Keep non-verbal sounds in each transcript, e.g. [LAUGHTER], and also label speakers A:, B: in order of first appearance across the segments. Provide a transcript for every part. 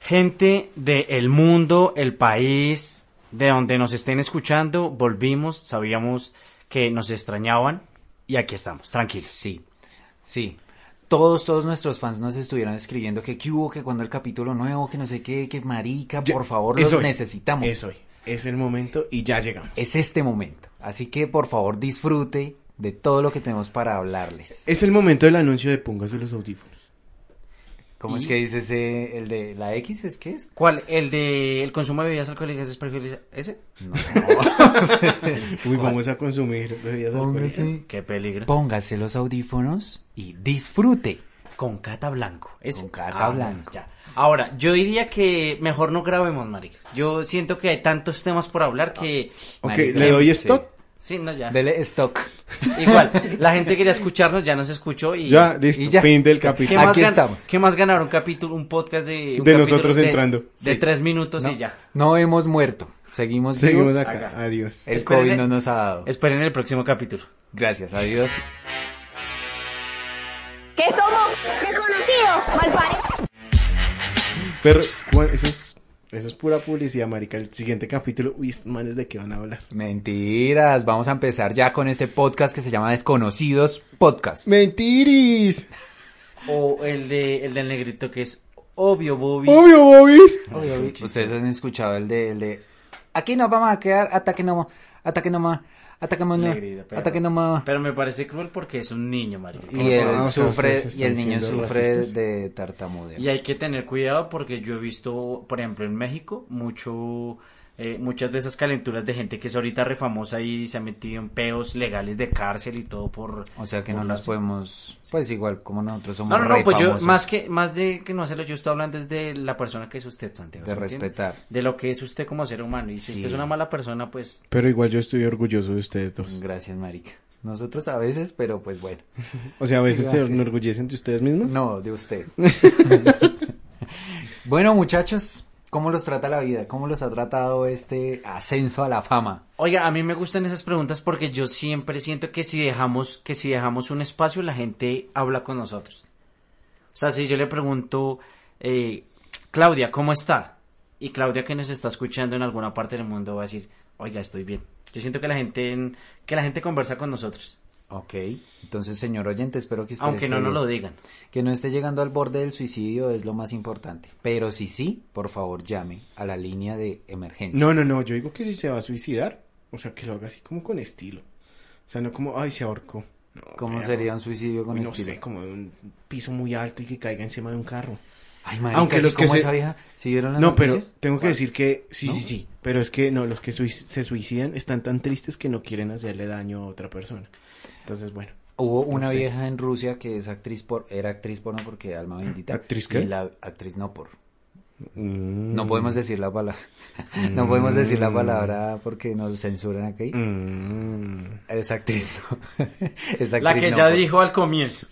A: Gente del mundo, el país, de donde nos estén escuchando, volvimos, sabíamos que nos extrañaban y aquí estamos, tranquilos.
B: Sí, sí. Todos, todos nuestros fans nos estuvieron escribiendo que qué hubo, que cuando el capítulo nuevo, que no sé qué, que marica, por favor, los
C: Es hoy.
B: necesitamos.
C: Es hoy. Es el momento y ya llegamos.
B: Es este momento. Así que, por favor, disfrute de todo lo que tenemos para hablarles.
C: Es el momento del anuncio de póngase los audífonos.
B: ¿Cómo es que dices el de la X? ¿Es qué es?
A: ¿Cuál? ¿El de el consumo de bebidas alcohólicas es perjudicial? ¿Ese?
C: Uy, vamos a consumir bebidas alcohólicas.
B: Póngase,
A: Qué peligro.
B: póngase los audífonos y disfrute.
A: Con cata blanco. Es...
B: Con cata
A: bueno,
B: blanco.
A: ya. Ahora, yo diría que mejor no grabemos, marica. Yo siento que hay tantos temas por hablar que...
C: Ok,
B: Marica,
C: le doy
B: sí.
C: stop.
A: Sí, no, ya.
B: Dele stock.
A: Igual, la gente quería escucharnos, ya nos escuchó y...
C: Ya, listo.
B: y ya.
C: Fin del
A: ¿Qué
C: capítulo.
A: más,
B: Aquí
A: gan-
B: estamos.
A: ¿Qué más ganaron? Un capítulo, un podcast de... un
C: De
A: capítulo
C: nosotros entrando.
A: De
C: Sí.
A: tres minutos y ya.
B: No hemos muerto. Seguimos
C: Seguimos
B: vivos.
C: acá.
A: acá.
C: Adiós.
B: El
A: Espérenle.
B: COVID no nos ha dado.
A: Esperen el próximo capítulo.
B: Gracias, adiós.
D: ¿Qué somos? Desconocidos, malparidos.
C: Pero, Juan, eso es, eso es pura publicidad, marica. El siguiente capítulo, uy, estos manes de qué van a hablar.
B: Mentiras, vamos a empezar ya con este podcast que se llama Desconocidos Podcast.
C: ¡Mentiris!
A: O el de el del negrito que es obvio, Bobby.
C: ¡Obvio, Bobis!
B: Ustedes han escuchado el de, el de aquí nos vamos a quedar hasta que no hasta que no más hasta que no
A: Negrito, pero-
B: hasta que no más
A: Pero me parece cruel porque es un niño, marica.
B: y él
C: Ah, o sea,
B: sufre
C: ustedes
B: y el
C: están
B: niño
C: siendo
B: sufre
C: racistas.
B: de tartamudeo.
A: Y hay que tener cuidado porque yo he visto, por ejemplo, en México, mucho eh, muchas de esas calenturas de gente que es ahorita refamosa y se ha metido en peos legales de cárcel y todo por...
B: O sea que no
A: por
B: nos
A: las-
B: podemos pues igual como nosotros somos
A: No, no, no,
B: re
A: pues yo,
B: famosos
A: más que, más de que no hacerlo, yo estoy hablando es de la persona que es usted, Santiago.
B: de
A: ¿sí entiende?
B: respetar.
A: De lo que es usted como ser humano. Y si
B: Sí.
A: usted es una mala persona, pues...
C: Pero igual yo estoy orgulloso de ustedes dos.
B: Gracias, marica. Nosotros a veces, pero pues bueno.
C: O sea, a veces se
B: Gracias.
C: enorgullecen de ustedes mismos.
B: No, de
A: [LAUGHS]
B: usted. bueno, muchachos, ¿cómo los trata la vida? ¿Cómo los ha tratado este ascenso a la fama?
A: Oiga, a mí me gustan esas preguntas porque yo siempre siento que si dejamos, que si dejamos un espacio, la gente habla con nosotros. O sea, si yo le pregunto, eh, Claudia, ¿cómo está? Y Claudia que nos está escuchando en alguna parte del mundo va a decir, oiga, estoy bien. Yo siento que la gente, en- que la gente conversa con nosotros,
B: Ok, entonces, señor oyente, espero que usted
A: aunque
B: esté
A: no nos
B: bien.
A: lo digan.
B: Que no esté llegando al borde del suicidio es lo más importante. Pero si sí, por favor, llame a la línea de emergencia.
C: No, no, no, yo digo que si se va a suicidar, o sea, que lo haga así como con estilo. O sea, no como, ay, se ahorcó. No,
B: ¿Cómo
C: perro.
B: sería un suicidio con este
C: Uy, no
B: estilo?
C: sé, como de un piso muy alto y que caiga encima de un carro.
B: Ay, marica,
C: Aunque
B: ¿sí
C: los que
B: como
C: se-
B: esa vieja? ¿Sí vieron la
C: No,
B: noticia?
C: pero tengo que decir que sí,
B: ¿No?
C: sí, sí. Pero es que no, los que sui- se suicidan están tan tristes que no quieren hacerle daño a otra persona. Entonces, bueno.
B: Hubo una
C: sé.
B: vieja en Rusia que es actriz por... Era actriz porno porque alma bendita.
C: ¿Actriz qué?
B: Y la actriz no por...
C: Mm.
A: Mm.
B: No podemos decir la palabra. [LAUGHS] No podemos decir la palabra porque nos censuran aquí.
C: Mm.
B: Esa actriz no. [LAUGHS] Esa
A: La
B: actriz
A: que
B: no,
A: ya
B: por-
A: dijo al comienzo.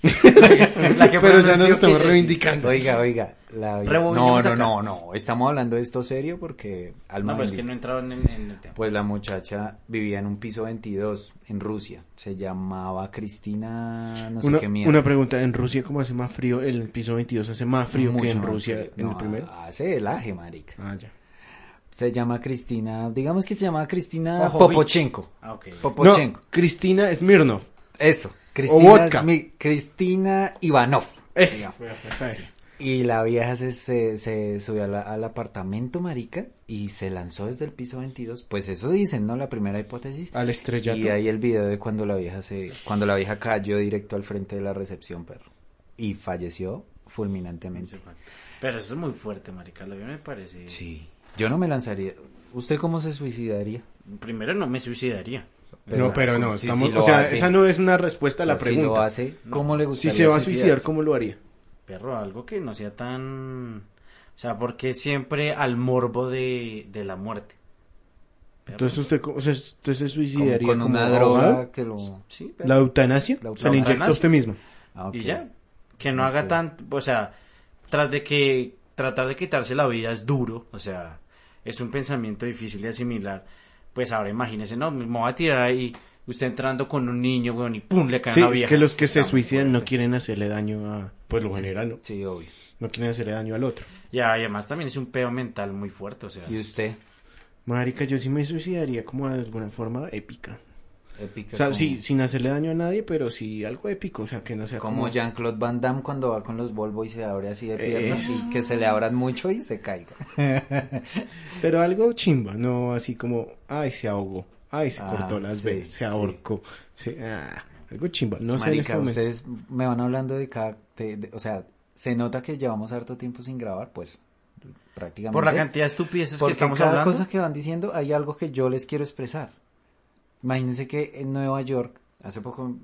A: La
C: [LAUGHS]
A: que
C: Pero ya nos
A: pronunció
C: estamos
A: que-
C: reivindicando.
B: Oiga, oiga. la- No,
A: Rebobinemos
B: no,
A: acá.
B: no, no. Estamos hablando de esto serio porque alma
A: No, pero es que
B: bendita.
A: no entraron en, en el tema.
B: Pues la muchacha vivía en un piso 22 en Rusia. Se llamaba Cristina no sé
C: una,
B: qué mierda.
C: una pregunta, ¿en Rusia cómo hace más frío? El piso 22 hace más frío que en Rusia en el primero.
B: Hace el aje, marica.
C: Ah, ya.
B: Se llama Cristina, digamos que se llamaba Cristina
A: Ojo,
B: Popochenko.
A: Ah, ok.
B: Popochenko.
C: No, Cristina Smirnov.
B: Eso, Cristina,
C: vodka.
B: Smi- Cristina Ivanov.
C: Es.
B: Digamos. Y la vieja se, se, se subió a la- al apartamento, marica, y se lanzó desde el piso 22. Pues eso dicen, ¿no? La primera hipótesis.
C: Al estrellato.
B: Y ahí el video de cuando la vieja se, cuando la vieja cayó directo al frente de la recepción, perro. Y falleció fulminantemente.
A: Pero eso es muy fuerte, marica. Lo que me parece.
B: Sí. Yo no me lanzaría. ¿Usted cómo se suicidaría?
A: Primero no me suicidaría.
C: No, pero no,
B: Sí,
C: estamos,
B: sí lo
C: o sea,
B: hace.
C: esa no es una respuesta
B: O
C: a
B: sea,
C: la
B: Si lo
C: pregunta.
B: hace, ¿cómo le
C: Si,
B: gustaría
C: se va a
B: suicidarse?
C: suicidar, ¿cómo lo haría?
A: Perro, algo que no sea tan. O sea, porque siempre al morbo de, de la muerte. Perro.
C: Entonces usted, co- o sea, usted se
B: pues, Como
C: suicidaría
B: con
C: como
B: una
C: ahogado?
B: droga que lo...
A: Sí, perro.
C: ¿La eutanasia?
B: La
C: Se le inyecta a
A: eutanasia.
C: usted mismo.
B: Ah, ok.
A: Y ya. Que no haga
B: Ok.
A: tan. O sea, tras de que. Tratar de quitarse la vida es duro. O sea, es un pensamiento difícil de asimilar. Pues ahora imagínese, no, me voy a tirar ahí. Usted entrando con un niño, weón, y pum, le cae
C: Sí,
A: una
C: es
A: vieja.
C: que los que se
A: Está muy
C: suicidan no
A: fuerte.
C: quieren hacerle daño a, pues lo general, ¿no?
B: Sí, obvio.
C: No quieren hacerle daño al otro.
A: Y además también es un pedo mental muy fuerte, o sea.
B: ¿Y usted?
C: Marica, yo sí me suicidaría como de alguna forma épica.
B: Épica
C: O sea,
B: como-
C: sí, sin hacerle daño a nadie, pero sí algo épico, o sea, que no sea
B: Como Jean-Claude Van Damme cuando va con los Volvo y se abre así de piernas
C: Eso.
B: y que se le abran mucho y se caiga.
C: Pero algo chimba, no así como, ay, se ahogó, ay, se
B: Ah,
C: cortó las
B: sí,
C: veces, se
B: sí.
C: ahorcó, se- ah, algo chimba, [LAUGHS] no sé en
B: Marica,
C: este momento.
B: ustedes me van hablando de cada... de- de- o sea, se nota que llevamos harto tiempo sin grabar, pues prácticamente.
A: Por la cantidad de estupideces que
B: Porque
A: estamos
B: cada
A: hablando.
B: cosa que van diciendo hay algo que yo les quiero expresar. Imagínense que en Nueva York, hace poco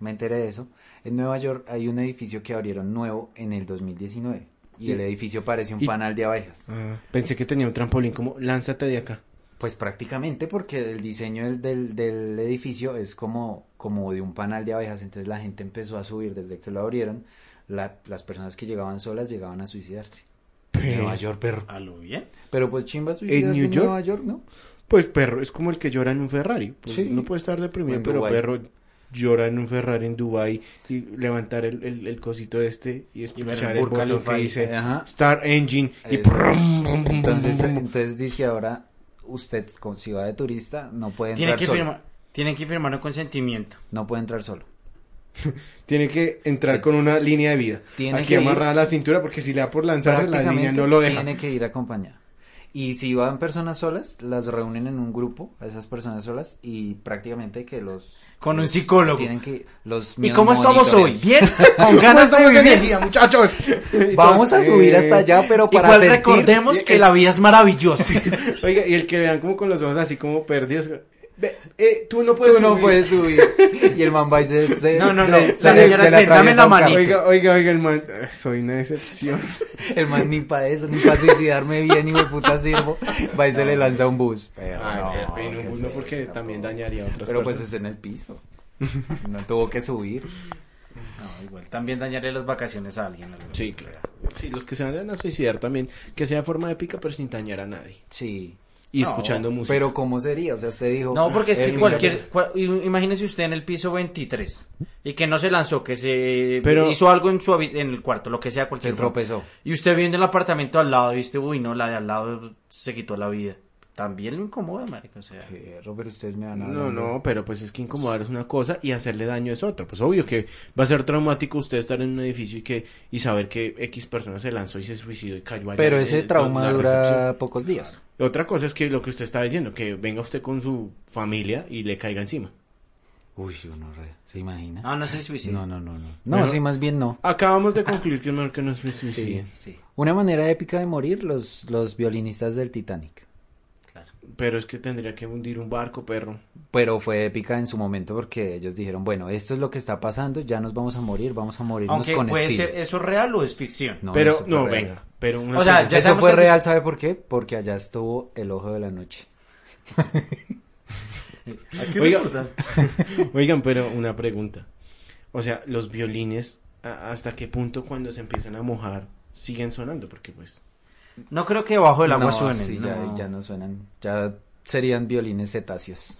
B: me enteré de eso, en Nueva York hay un edificio que abrieron nuevo en el 2019 y el
C: Y-
B: edificio parece un
C: y-
B: panal de abejas.
C: Ah, pensé que tenía un trampolín como, lánzate de acá.
B: Pues prácticamente porque el diseño del, del, del edificio es como, como de un panal de abejas, entonces la gente empezó a subir desde que lo abrieron, la- las personas que llegaban solas llegaban a suicidarse.
C: Pero-
B: Nueva York, perro.
A: A lo bien.
B: Pero pues chimba suicidarse en,
C: New York?
B: Nueva York, ¿no?
C: Pues perro, es como el que llora en un Ferrari. Pues,
B: Sí.
C: No puede estar
B: O
C: deprimido,
B: en
C: pero
B: Dubái.
C: perro llora en un Ferrari en Dubai y levantar el, el, el cosito este y escuchar
A: ver
C: el
A: Burj
C: botón
A: Khalifa
C: que
A: ahí.
C: dice
B: Ajá.
C: Star Engine y
B: Eso.
C: brum, brum, brum,
B: Entonces,
C: brum, brum.
B: entonces dice que ahora usted con- si va de turista no puede
A: Tienen
B: entrar
A: que,
B: solo.
A: firma- tienen que firmar un consentimiento.
B: No puede entrar solo.
C: tiene que entrar con una línea de vida.
B: Tiene
C: Aquí
B: que ir-
C: amarrada a la cintura porque si le da por lanzar la línea
B: Prácticamente
C: no lo deja.
B: tiene que ir acompañada. Y si van personas solas, las reúnen en un grupo, a esas personas solas, y prácticamente que los...
A: Con un
B: los-
A: psicólogo.
B: Tienen que... Los
A: ¿Y cómo estamos hoy?
B: monitorean.
A: ¿Bien? ¿Con
C: ¿Cómo
A: ganas de
C: estamos de
A: vivir?
C: energía, muchachos?
B: Vamos a
C: Entonces,
B: subir
C: eh,
B: hasta allá, pero para
A: Igual
B: sentir-
A: recordemos que la vida es maravillosa.
C: Oiga, y el que le dan como con los ojos así como perdidos. ve, eh, tú no puedes
B: Tú no
C: subir.
B: puedes subir. Y el man va y se... se-
A: pues, No, no, no.
B: se-
A: La
B: se-
A: señora,
B: se le
A: ven, dame
B: atraviesa
A: la
B: un carro.
A: manito.
C: Oiga, oiga, oiga, el man, eh, soy una excepción.
B: El man ni para eso, ni para suicidarme bien, ni me puta sirvo. Va y se le lanza un bus. Pero
C: Ay,
B: no,
C: pero
B: ¿qué
C: no,
B: es esto?
C: porque también dañaría a otras
B: Pero pues
C: personas.
B: es en el piso. No tuvo que subir.
A: No, igual, también dañaré las vacaciones a alguien. algo.
C: Sí, claro. Sí, los que se van a suicidar también, que sea de forma épica, pero sin dañar a nadie.
B: Sí.
C: Y
A: No,
C: escuchando música.
B: Pero ¿cómo sería? O sea, usted dijo...
A: No, porque es
B: eh,
A: que
B: mira,
A: cualquier... cua- i- imagínese usted en el piso 23 y que no se lanzó, que se
C: Pero-
A: hizo algo en su habi- en el cuarto, lo que sea, cualquier
B: Se tropezó.
A: Y usted viendo el apartamento al lado, viste, uy, no, la de al lado se quitó la vida. También lo incomoda, marica, o sea.
B: Perro, pero Eh, ustedes me van a...
C: No, no, pero pues es que incomodar es una cosa y hacerle daño es otra. Pues obvio que va a ser traumático usted estar en un edificio y que y saber que X persona se lanzó y se suicidó y cayó allá
B: Pero
C: en
B: ese
C: el-
B: trauma
C: la
B: dura
C: recepción.
B: pocos días.
C: Otra cosa es que lo que usted está diciendo, que venga usted con su familia y le caiga encima.
B: Uy, uno re... ¿Se imagina?
A: Ah, no se suicida.
B: No, no, no, no. No,
C: Pero-
B: sí, más bien no.
C: Acabamos de concluir que es mejor que no se suiciden.
A: Sí,
B: Una manera épica de morir, los, los violinistas del Titanic.
A: claro.
C: Pero es que tendría que hundir un barco, perro.
B: Pero fue épica en su momento porque ellos dijeron, bueno, esto es lo que está pasando, ya nos vamos a morir, vamos a morirnos
A: Aunque
B: con
A: puede
B: estilo.
A: ser, eh, ¿eso es real o es ficción?
B: No,
C: pero
B: eso fue
C: no,
B: real.
C: venga. Pero una
A: O sea,
C: pregunta.
A: Ya
B: Eso
A: sabemos
B: fue
A: que-
B: real, ¿sabe por qué? Porque allá estuvo el ojo de la noche.
C: Oiga, oigan, pero una pregunta. O sea, los violines, a- ¿hasta qué punto cuando se empiezan a mojar siguen sonando? Porque pues...
A: No creo que bajo el agua
B: no,
A: suene.
B: sí,
A: no.
B: Ya, ya no suenan, ya serían violines cetáceos.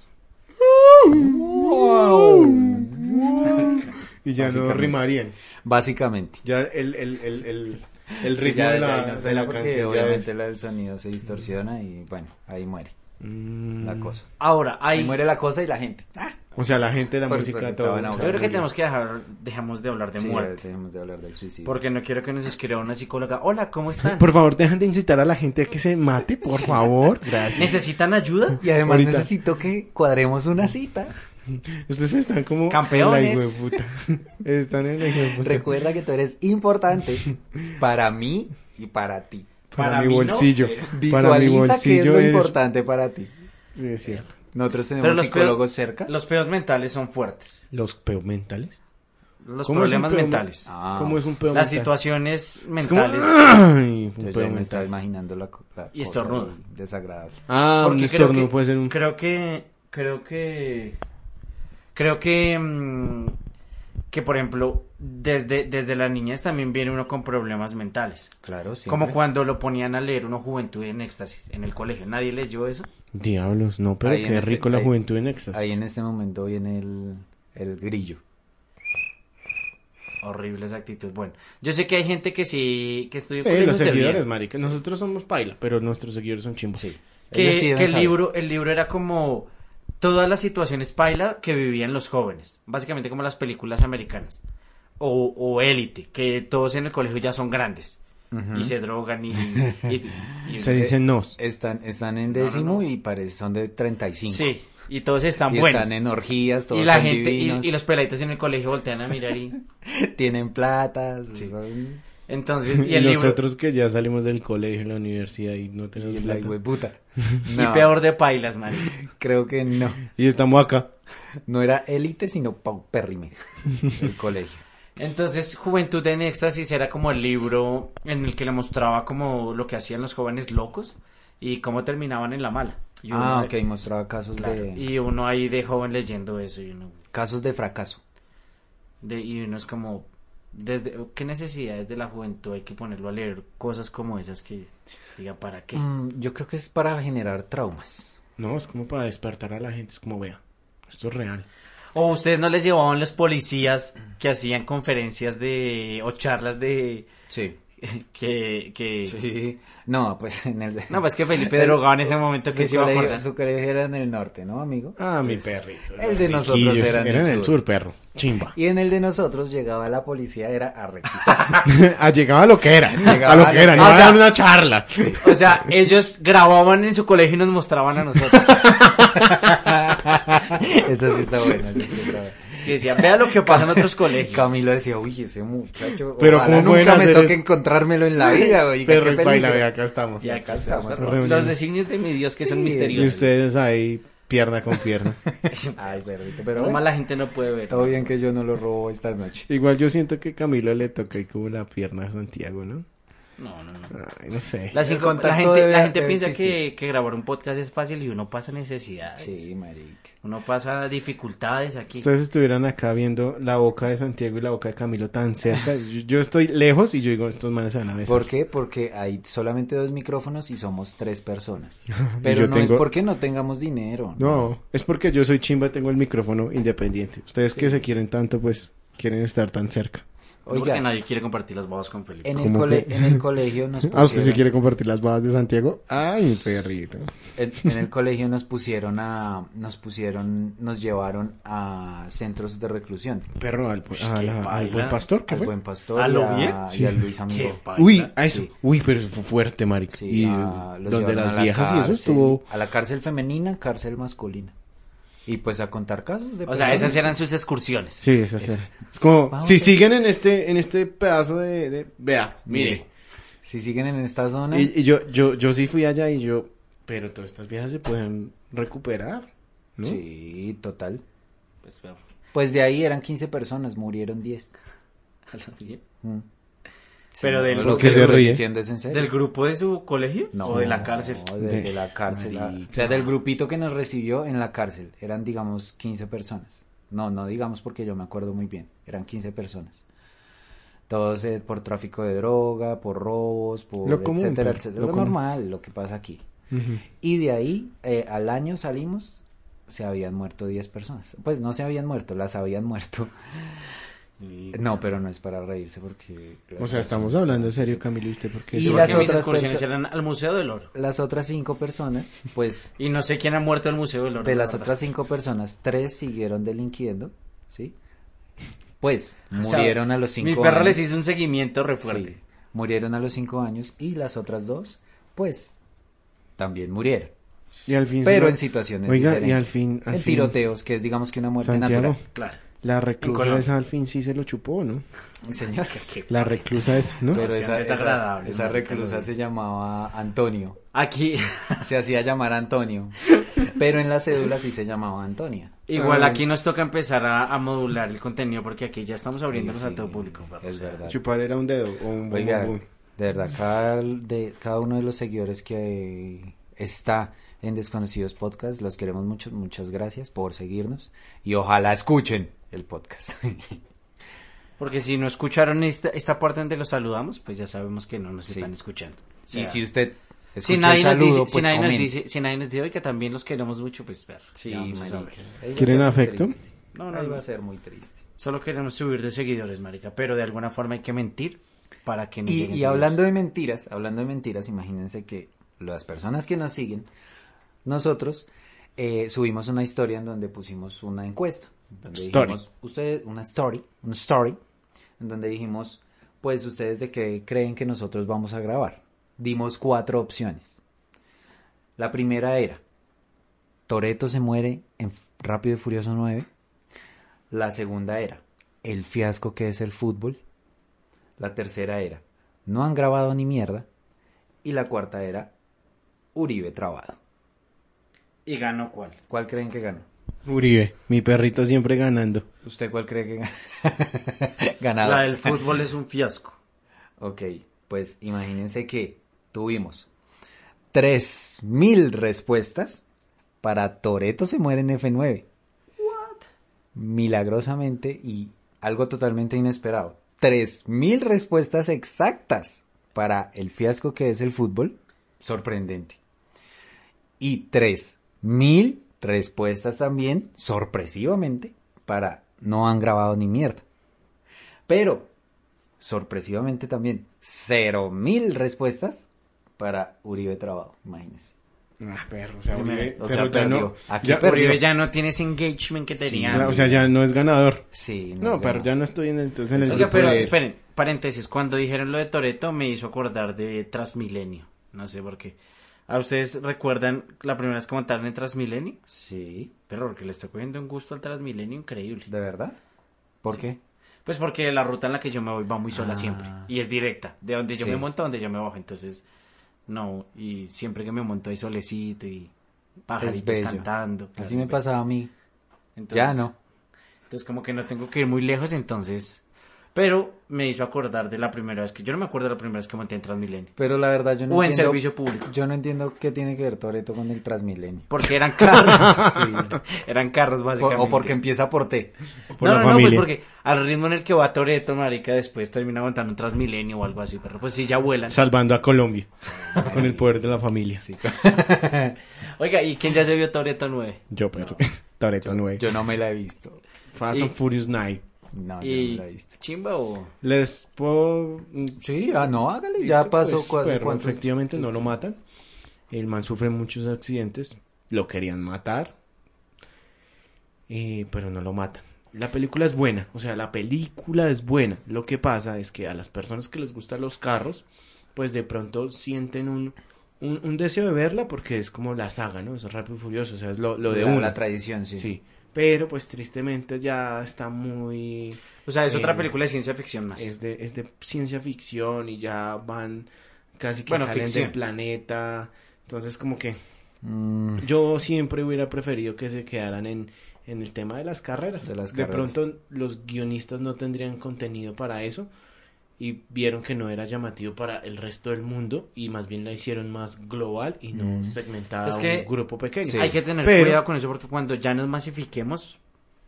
C: Y ya no
B: Básicamente.
C: rimarían.
B: Básicamente.
C: Ya el, el, el, el, el
B: Sí,
C: ritmo
B: ya-
C: de
B: ya
C: la,
B: ahí no
C: de
B: suena
C: la
B: porque
C: canción ya
B: Obviamente
C: es-
B: la- el sonido se distorsiona y bueno, ahí muere
C: Mm.
B: la cosa.
A: Ahora,
B: Ahí
A: hay...
B: muere la cosa y la gente. Ah,
C: O sea, la gente, la
B: Por-
C: música,
B: porque
C: todo.
B: estaban
A: Yo creo que
B: Murió.
A: tenemos que dejar, dejamos de hablar de
B: sí,
A: muerte.
B: tenemos de hablar del suicidio.
A: Porque no quiero que nos escriba una psicóloga. Hola, ¿cómo están?
C: Por favor, dejan de incitar a la gente a que se mate,
A: [LAUGHS]
C: por favor. Gracias.
A: ¿Necesitan ayuda?
B: Y además
C: Ahorita.
B: necesito que cuadremos una cita.
C: Ustedes están como...
A: Campeones.
C: en La hijueputa. Están en la hijueputa.
B: Recuerda que tú eres importante
C: [LAUGHS]
B: para mí y para ti.
C: Para,
A: Para
C: mi
A: mí no,
C: bolsillo. para mi
B: Visualiza qué es
C: bolsillo
B: lo
C: es...
B: importante para ti.
C: Sí, es cierto.
B: Nosotros
A: Pero
B: tenemos
A: los
B: psicólogos
A: peos-
B: cerca.
A: Los peos mentales son fuertes.
C: ¿Los peomentales?
A: Los
C: ¿Cómo es un
A: problemas
C: peo-
A: mentales.
B: Ah.
C: ¿Cómo es un peo
A: Las
C: mental?
A: situaciones
C: Es como,
A: mentales.
C: ¡Ay!
B: Yo
C: Un
B: ya
C: peo
B: me estaba
C: mental.
B: imaginando la, co- la
A: Y
B: cosa
A: estornuda.
B: ahí desagradable.
C: Ah, un
A: Porque creo
C: estornudo
A: que-
C: puede ser un...
A: Creo que. Creo que. Creo que. mm, que por ejemplo, desde, desde la niñez también viene uno con problemas mentales.
B: Claro, sí.
A: Como cuando lo ponían a leer uno Juventud en Éxtasis en el colegio. ¿Nadie leyó eso?
C: Diablos, no, pero
B: Ahí en
C: qué
B: este-
C: rico la
B: ahí-
C: juventud en éxtasis.
B: Ahí en este momento viene el, el grillo.
A: Horrible esa actitud. Bueno, yo sé que hay gente que sí, que estudia
C: Sí, los
A: colegios de
C: seguidores,
A: bien.
C: marica. Nosotros somos paila, pero nuestros seguidores son chimbos. Sí.
A: que,
B: Ellos sí deben
A: que el
B: saber.
A: libro el libro era como todas las situaciones paila que vivían los jóvenes básicamente como las películas americanas o, o élite que todos en el colegio ya son grandes y se drogan y, y-
B: [LAUGHS]
A: y-
C: Se dicen nos.
B: Están, están en décimo y parece, son de 35.
A: sí y todos están
B: Y
A: buenos
B: están en orgías, todos
A: y la
B: son
A: gente y,
B: divinos,
A: y los peladitos en el colegio voltean a mirar y
B: tienen platas, son-
A: entonces y
B: [LAUGHS]
C: [LAUGHS] Y,
A: el libro
C: nosotros que ya salimos del colegio, la universidad y no
B: y
C: tenemos
B: la
C: plata.
B: hueputa.
A: [LAUGHS] y peor de pailas man
B: creo que no.
C: Y estamos acá.
B: No era élite,
A: [LAUGHS]
B: sino paupérrime el colegio.
A: Entonces, Juventud en Éxtasis era como el libro en el que le mostraba como lo que hacían los jóvenes locos y cómo terminaban en la mala. Y uno-
B: Ah, ok, mostraba casos
A: claro,
B: de
A: Y uno ahí de joven leyendo eso y uno,
B: casos de fracaso.
A: de, y uno es como, desde ¿qué necesidades de la juventud hay que ponerlo a leer cosas como esas que diga para qué?
B: Mm, yo creo que es para generar traumas.
C: No, es como para despertar a la gente. Es como, vea, esto es real.
A: O ustedes no les llevaban los policías que hacían conferencias de o charlas de
B: Sí.
A: que que
B: Sí. No, pues en el.
A: no, pues que Felipe drogaba en ese momento [LAUGHS] que
B: su,
A: se iba a
B: colegio,
A: acordar.
B: su colegio era en el norte, ¿no, amigo?
C: Ah, mi perrito.
B: el de nosotros
C: Riquillos,
B: era en el
C: en el
B: sur.
C: sur, perro. Chimba.
B: Y en el de nosotros llegaba la policía, era a requisar.
C: [LAUGHS] ah, llegaba a lo que era.
B: Llegaba
C: a lo
B: a
C: que
B: lo
C: era.
B: que-
C: No
A: o
C: a
A: sea-
C: dar
B: [LAUGHS]
C: una charla.
A: O sea, ellos grababan en su colegio y nos mostraban a nosotros.
B: Esa sí está buena. esa sí está buena.
A: Y decían, vea lo que pasa en otros colegios.
B: Camilo decía, uy, ese muchacho,
C: Pero
B: ojalá
C: ¿cómo pueden
B: nunca me
C: hacer
B: toque
C: eso?
B: encontrármelo en la vida, güey. qué
C: Perro y baila,
B: peligro.
C: vea, acá estamos.
B: Y acá estamos.
C: Reunión.
A: Los designios de mi Dios que son
B: Sí.
C: Y
A: misteriosos.
C: ustedes ahí, pierna con pierna. [LAUGHS]
B: [LAUGHS] Ay, perrito,
A: Pero
B: pero
A: más
B: bueno,
A: la gente no puede ver.
B: todo bien que yo no lo robo esta noche.
C: Igual yo siento que Camilo le toca ahí como la pierna a Santiago, ¿no?
A: No, no, no.
C: Ay, no sé.
A: La,
B: El
A: cinco-
B: contacto
A: la gente,
B: debe-
A: la gente
B: debe
A: piensa que,
B: existir.
A: que grabar un podcast es fácil y uno pasa necesidades.
B: Sí, marica.
A: Uno pasa dificultades aquí.
C: Ustedes estuvieran acá viendo la boca de Santiago y la boca de Camilo
B: [LAUGHS]
C: tan cerca. Yo, yo estoy lejos y yo digo, estos manes se van a besar.
B: ¿Por qué? Porque hay solamente dos micrófonos y somos tres
C: [LAUGHS]
B: personas.
C: yo
B: Pero no
C: tengo-
B: es porque no tengamos dinero.
C: No, es porque yo soy chimba, tengo el micrófono independiente. Ustedes que se quieren tanto, pues quieren estar tan cerca.
A: No, Porque
B: Oiga,
A: nadie quiere compartir las babas con Felipe.
B: en el,
C: ¿Cómo
B: cole-
C: que?
B: en el colegio nos
C: [LAUGHS] Ah, usted se
B: pusieron,
C: quiere compartir las babas de Santiago. Ay, mi perrito.
B: en, en el colegio nos pusieron a, nos pusieron, nos llevaron a centros de reclusión.
C: Perro al, a
A: qué
C: la- al
A: paila.
C: buen pastor, ¿qué
B: Pues, Al
C: fue?
B: buen pastor
A: ¿A
B: y
A: lo
B: a-
A: bien?
B: y al Luis Amigo.
A: Qué paila.
C: Uy, a eso.
B: Sí.
C: Uy, pero eso fue fuerte, marica.
B: Sí,
C: y
B: a- los
C: donde
B: llevaron
C: las
B: a la
C: viejas y eso
B: cárcel,
C: estuvo...
B: A la cárcel femenina, cárcel masculina. Y pues a contar casos
A: O sea,
B: de personas.
A: esas eran sus excursiones.
C: Sí, eso sí. Es como,
B: Vamos
C: si
B: a-
C: siguen en este, en este pedazo de, de- vea, mire.
B: Si siguen en esta zona,
C: Y, y yo, yo, yo sí fui allá y yo, pero todas estas viejas se pueden recuperar, ¿no?
B: sí, total.
A: Pues, pero,
B: Pues de ahí eran 15 personas, murieron 10.
A: a la bien.
B: Mm.
A: Pero
B: no,
A: del-
B: lo
C: que
B: que
C: se
B: estoy
C: ríe.
B: diciendo es en serio.
A: ¿Del grupo de su colegio? ¿O de la cárcel?
B: no, de, de la cárcel. ah.
C: Marica.
B: O sea, del grupito que nos recibió en la cárcel. Eran, digamos, 15 personas. No, no digamos porque yo me acuerdo muy bien. Eran 15 personas. Todos eh, por tráfico de droga, por robos, por
C: Lo común,
B: etcétera,
C: pero,
B: etcétera.
C: lo
B: Lo,
C: común.
B: normal, lo que pasa aquí.
C: Ujú.
B: Y de ahí, eh, al año salimos, se habían muerto 10 personas. Pues no se habían muerto, las habían muerto. [LAUGHS]
A: Y-
B: No, pero no es para reírse porque...
C: O
B: las
C: sea, estamos
B: personas-
C: hablando en serio, Camilo, y usted, porque...
B: Y
A: Sí,
B: las
A: porque mis
B: otras
A: excursiones
B: perso-
A: eran al Museo del Oro.
B: Las otras cinco personas, pues
A: Y no sé quién ha muerto del Museo del Oro.
B: De
A: la
B: las
A: verdad.
B: otras cinco personas, tres siguieron delinquiendo, ¿sí? Pues
A: [LAUGHS] O sea,
B: murieron a los cinco
A: Mi perro
B: años.
A: les hizo un seguimiento re
B: Sí,
A: fuerte.
B: murieron a los cinco años y las otras dos, pues también murieron.
C: Y al fin...
B: Pero
C: solo-
B: en situaciones
C: Oiga,
B: diferentes.
C: y al fin... Al
B: en
C: fin,
B: tiroteos, que es digamos que una muerte
C: Santiago,
B: natural.
A: Claro. Colombia.
C: la reclusa esa al fin sí se lo chupó, ¿no?
A: [LAUGHS]
B: Señor.
C: La reclusa esa, ¿no?
B: Pero
A: sean
B: esa, esa,
A: desagradables,
B: esa
A: marica,
B: reclusa
A: los-
B: se llamaba Antonio. [LAUGHS]
A: Aquí,
B: Se hacía
A: [LAUGHS]
B: llamar Antonio. Pero en la cédula sí se llamaba Antonia.
A: igual
C: Ah.
A: aquí nos toca empezar a, a modular el contenido porque aquí ya estamos abriéndonos
B: Sí,
A: a todo público. perro,
B: es
A: o sea,
B: verdad.
C: Chupar era un dedo o un
B: Oiga,
C: bombón.
B: de verdad, cada, de, cada uno de los seguidores que está en Desconocidos Podcast, los queremos mucho, muchas gracias por seguirnos y ojalá escuchen el podcast. [LAUGHS]
A: Porque si no escucharon esta, esta parte donde los saludamos, pues ya sabemos que no nos
B: Sí.
A: están escuchando. O sea,
B: y si usted
A: si
B: escucha el
A: nadie,
B: saludo,
A: nos dice,
B: pues
A: si, nadie nos
B: comente.
A: dice, si nadie nos dice, oiga, también los queremos mucho, pues perro.
B: Sí,
A: ya vamos a
B: marica.
A: saber.
B: Ahí va a
C: ¿Quieren
B: ser muy
C: afecto?
B: triste.
A: No, no,
B: Ahí
A: no.
B: va a ser muy triste.
A: Solo queremos subir de seguidores, marica, pero de alguna forma hay que mentir para que no
B: Y,
A: lleguen
B: y
A: seguidores.
B: hablando de mentiras, hablando de mentiras, imagínense que las personas que nos siguen, nosotros eh, subimos una historia en donde pusimos una encuesta. Donde
C: Story.
B: dijimos, ustedes, una story, un story, en donde dijimos, pues ustedes de qué creen que nosotros vamos a grabar. Dimos cuatro opciones. La primera era, Toreto se muere en Rápido y Furioso 9. La segunda era, el fiasco que es el fútbol. La tercera era, no han grabado ni mierda. Y la cuarta era, Uribe trabado.
A: ¿Y ganó cuál?
B: ¿Cuál creen que ganó?
C: Uribe, mi perrito siempre ganando.
B: ¿Usted cuál cree que [LAUGHS] ganó? ganado?
A: La del fútbol es un fiasco.
B: Ok, pues imagínense que tuvimos 3.000 respuestas para Toreto se muere en F9. Milagrosamente y algo totalmente inesperado. 3.000 respuestas exactas para el fiasco que es el fútbol. Sorprendente. Y 3.000 respuestas también, sorpresivamente, para no han grabado ni mierda. Pero sorpresivamente también, cero mil respuestas para Uribe Trabajo, imagínense.
C: Ah, perro, o sea,
A: Primero,
C: Uribe,
B: o sea,
C: pero ya
B: perdió.
C: no-
B: Aquí
C: ya-
B: perdió.
A: Uribe ya no tiene ese engagement que tenía.
C: ya- Ah, o sea, ya no es ganador.
B: Sí,
C: No,
B: es
C: pero
B: verdad.
C: ya no estoy en el, entonces en el
A: Oiga,
C: grupo
A: pero
C: de-
A: esperen, paréntesis, cuando dijeron lo de Toreto me hizo acordar de Transmilenio, no sé por qué. ¿A ustedes recuerdan la primera vez que montaron en Transmilenio?
B: Sí,
A: Pero porque le estoy cogiendo un gusto al Transmilenio increíble.
B: ¿de verdad? ¿Por qué?
A: Pues porque la ruta en la que yo me voy va muy sola
B: Ah.
A: siempre y es directa, de donde yo
B: Sí.
A: me monto a donde yo me bajo, entonces no, y siempre que me monto hay solecito y pajaritos
B: bello.
A: cantando. claro,
B: Así
A: es
B: me
A: bello.
B: pasaba a mí.
A: Entonces,
B: ya no.
A: Entonces como que no tengo que ir muy lejos, entonces... Pero me hizo acordar de la primera vez que... Yo no me acuerdo de la primera vez que monté en Transmilenio.
B: Pero la verdad yo no
A: o en
B: entiendo.
A: servicio público.
B: Yo no entiendo qué tiene que ver Toreto con el Transmilenio.
A: Porque eran
B: [LAUGHS]
A: carros. [LAUGHS] Eran carros,
B: Por-
A: básicamente.
B: o porque empieza por T.
C: por
A: no,
C: la
A: no, no, pues
C: familia.
A: porque al ritmo en el que va Toreto, marica, después termina montando un Transmilenio o algo así, pero pues sí, ya vuelan. [LAUGHS]
B: [LAUGHS]
C: Salvando a Colombia [LAUGHS] con el poder de la familia.
A: Oiga, ¿y quién ya se vio Toreto 9?
C: Yo, perro. [LAUGHS] Toreto 9.
B: Yo no me la he visto.
C: Fast
A: y-
C: and Furious 9.
B: No, yo
A: ¿Y
B: no Ah, me la he visto.
A: chimba o...?
C: Les puedo... mm,
B: Sí, ah, no, hágale. Ya
C: listo,
B: pasó
C: pues,
B: cua-
C: perro,
B: cuánto-
C: Efectivamente no lo matan. El man sufre muchos accidentes. Lo querían matar. eh, pero no lo matan. La película es buena. O sea, la película es buena. Lo que pasa es que a las personas que les gustan los carros, pues de pronto sienten un, un, un deseo de verla porque es como la saga, ¿no? Es rápido y furioso. O sea, es lo, lo de
B: la,
C: uno.
B: la tradición, sí.
C: Sí. Pero pues tristemente ya está muy...
A: O sea, es otra
C: Eh,
A: película de ciencia ficción más.
C: Es de, es de ciencia ficción y ya van casi que
A: Bueno,
C: salen
A: ficción.
C: del planeta. Entonces como que
B: Mm,
C: yo siempre hubiera preferido que se quedaran en, en el tema de las carreras.
B: De las carreras.
C: pronto los guionistas no tendrían contenido para eso y vieron que no era llamativo para el resto del mundo y más bien la hicieron más global y no
B: Mm.
C: segmentada
A: Es
C: a
A: que
C: un grupo pequeño.
B: sí.
A: Hay que tener
C: Pero-
A: cuidado con eso porque cuando ya nos masifiquemos,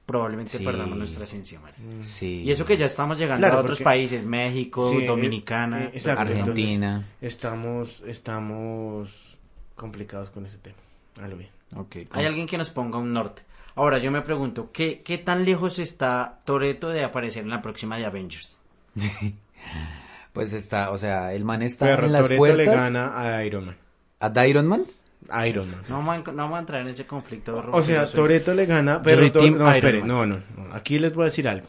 A: probablemente
B: Sí.
A: perdamos nuestra esencia, marica.
B: sí.
A: Y eso que ya estamos llegando
C: Claro,
A: a otros
C: porque-
A: países, México,
C: Sí, eh,
A: Dominicana.
C: eh, exacto,
B: Argentina.
C: Estamos, estamos complicados con ese tema. A lo bien.
B: Ok,
A: Hay alguien que nos ponga un norte. Ahora, yo me pregunto, ¿qué, qué tan lejos está Toreto de aparecer en la próxima de Avengers?
B: Pues está, o sea, el man está
C: Pero
B: en las
C: Toretto
B: puertas
C: le gana a Iron Man.
B: a Dyron Man.
C: Iron Man.
A: No van, no van a entrar en ese conflicto.
C: O sea,
A: religioso.
C: Toreto le gana, pero
A: soy
C: Tor-
A: Team
C: no,
A: Iron
C: espere,
A: Man.
C: no, no, no. Aquí les voy a decir algo.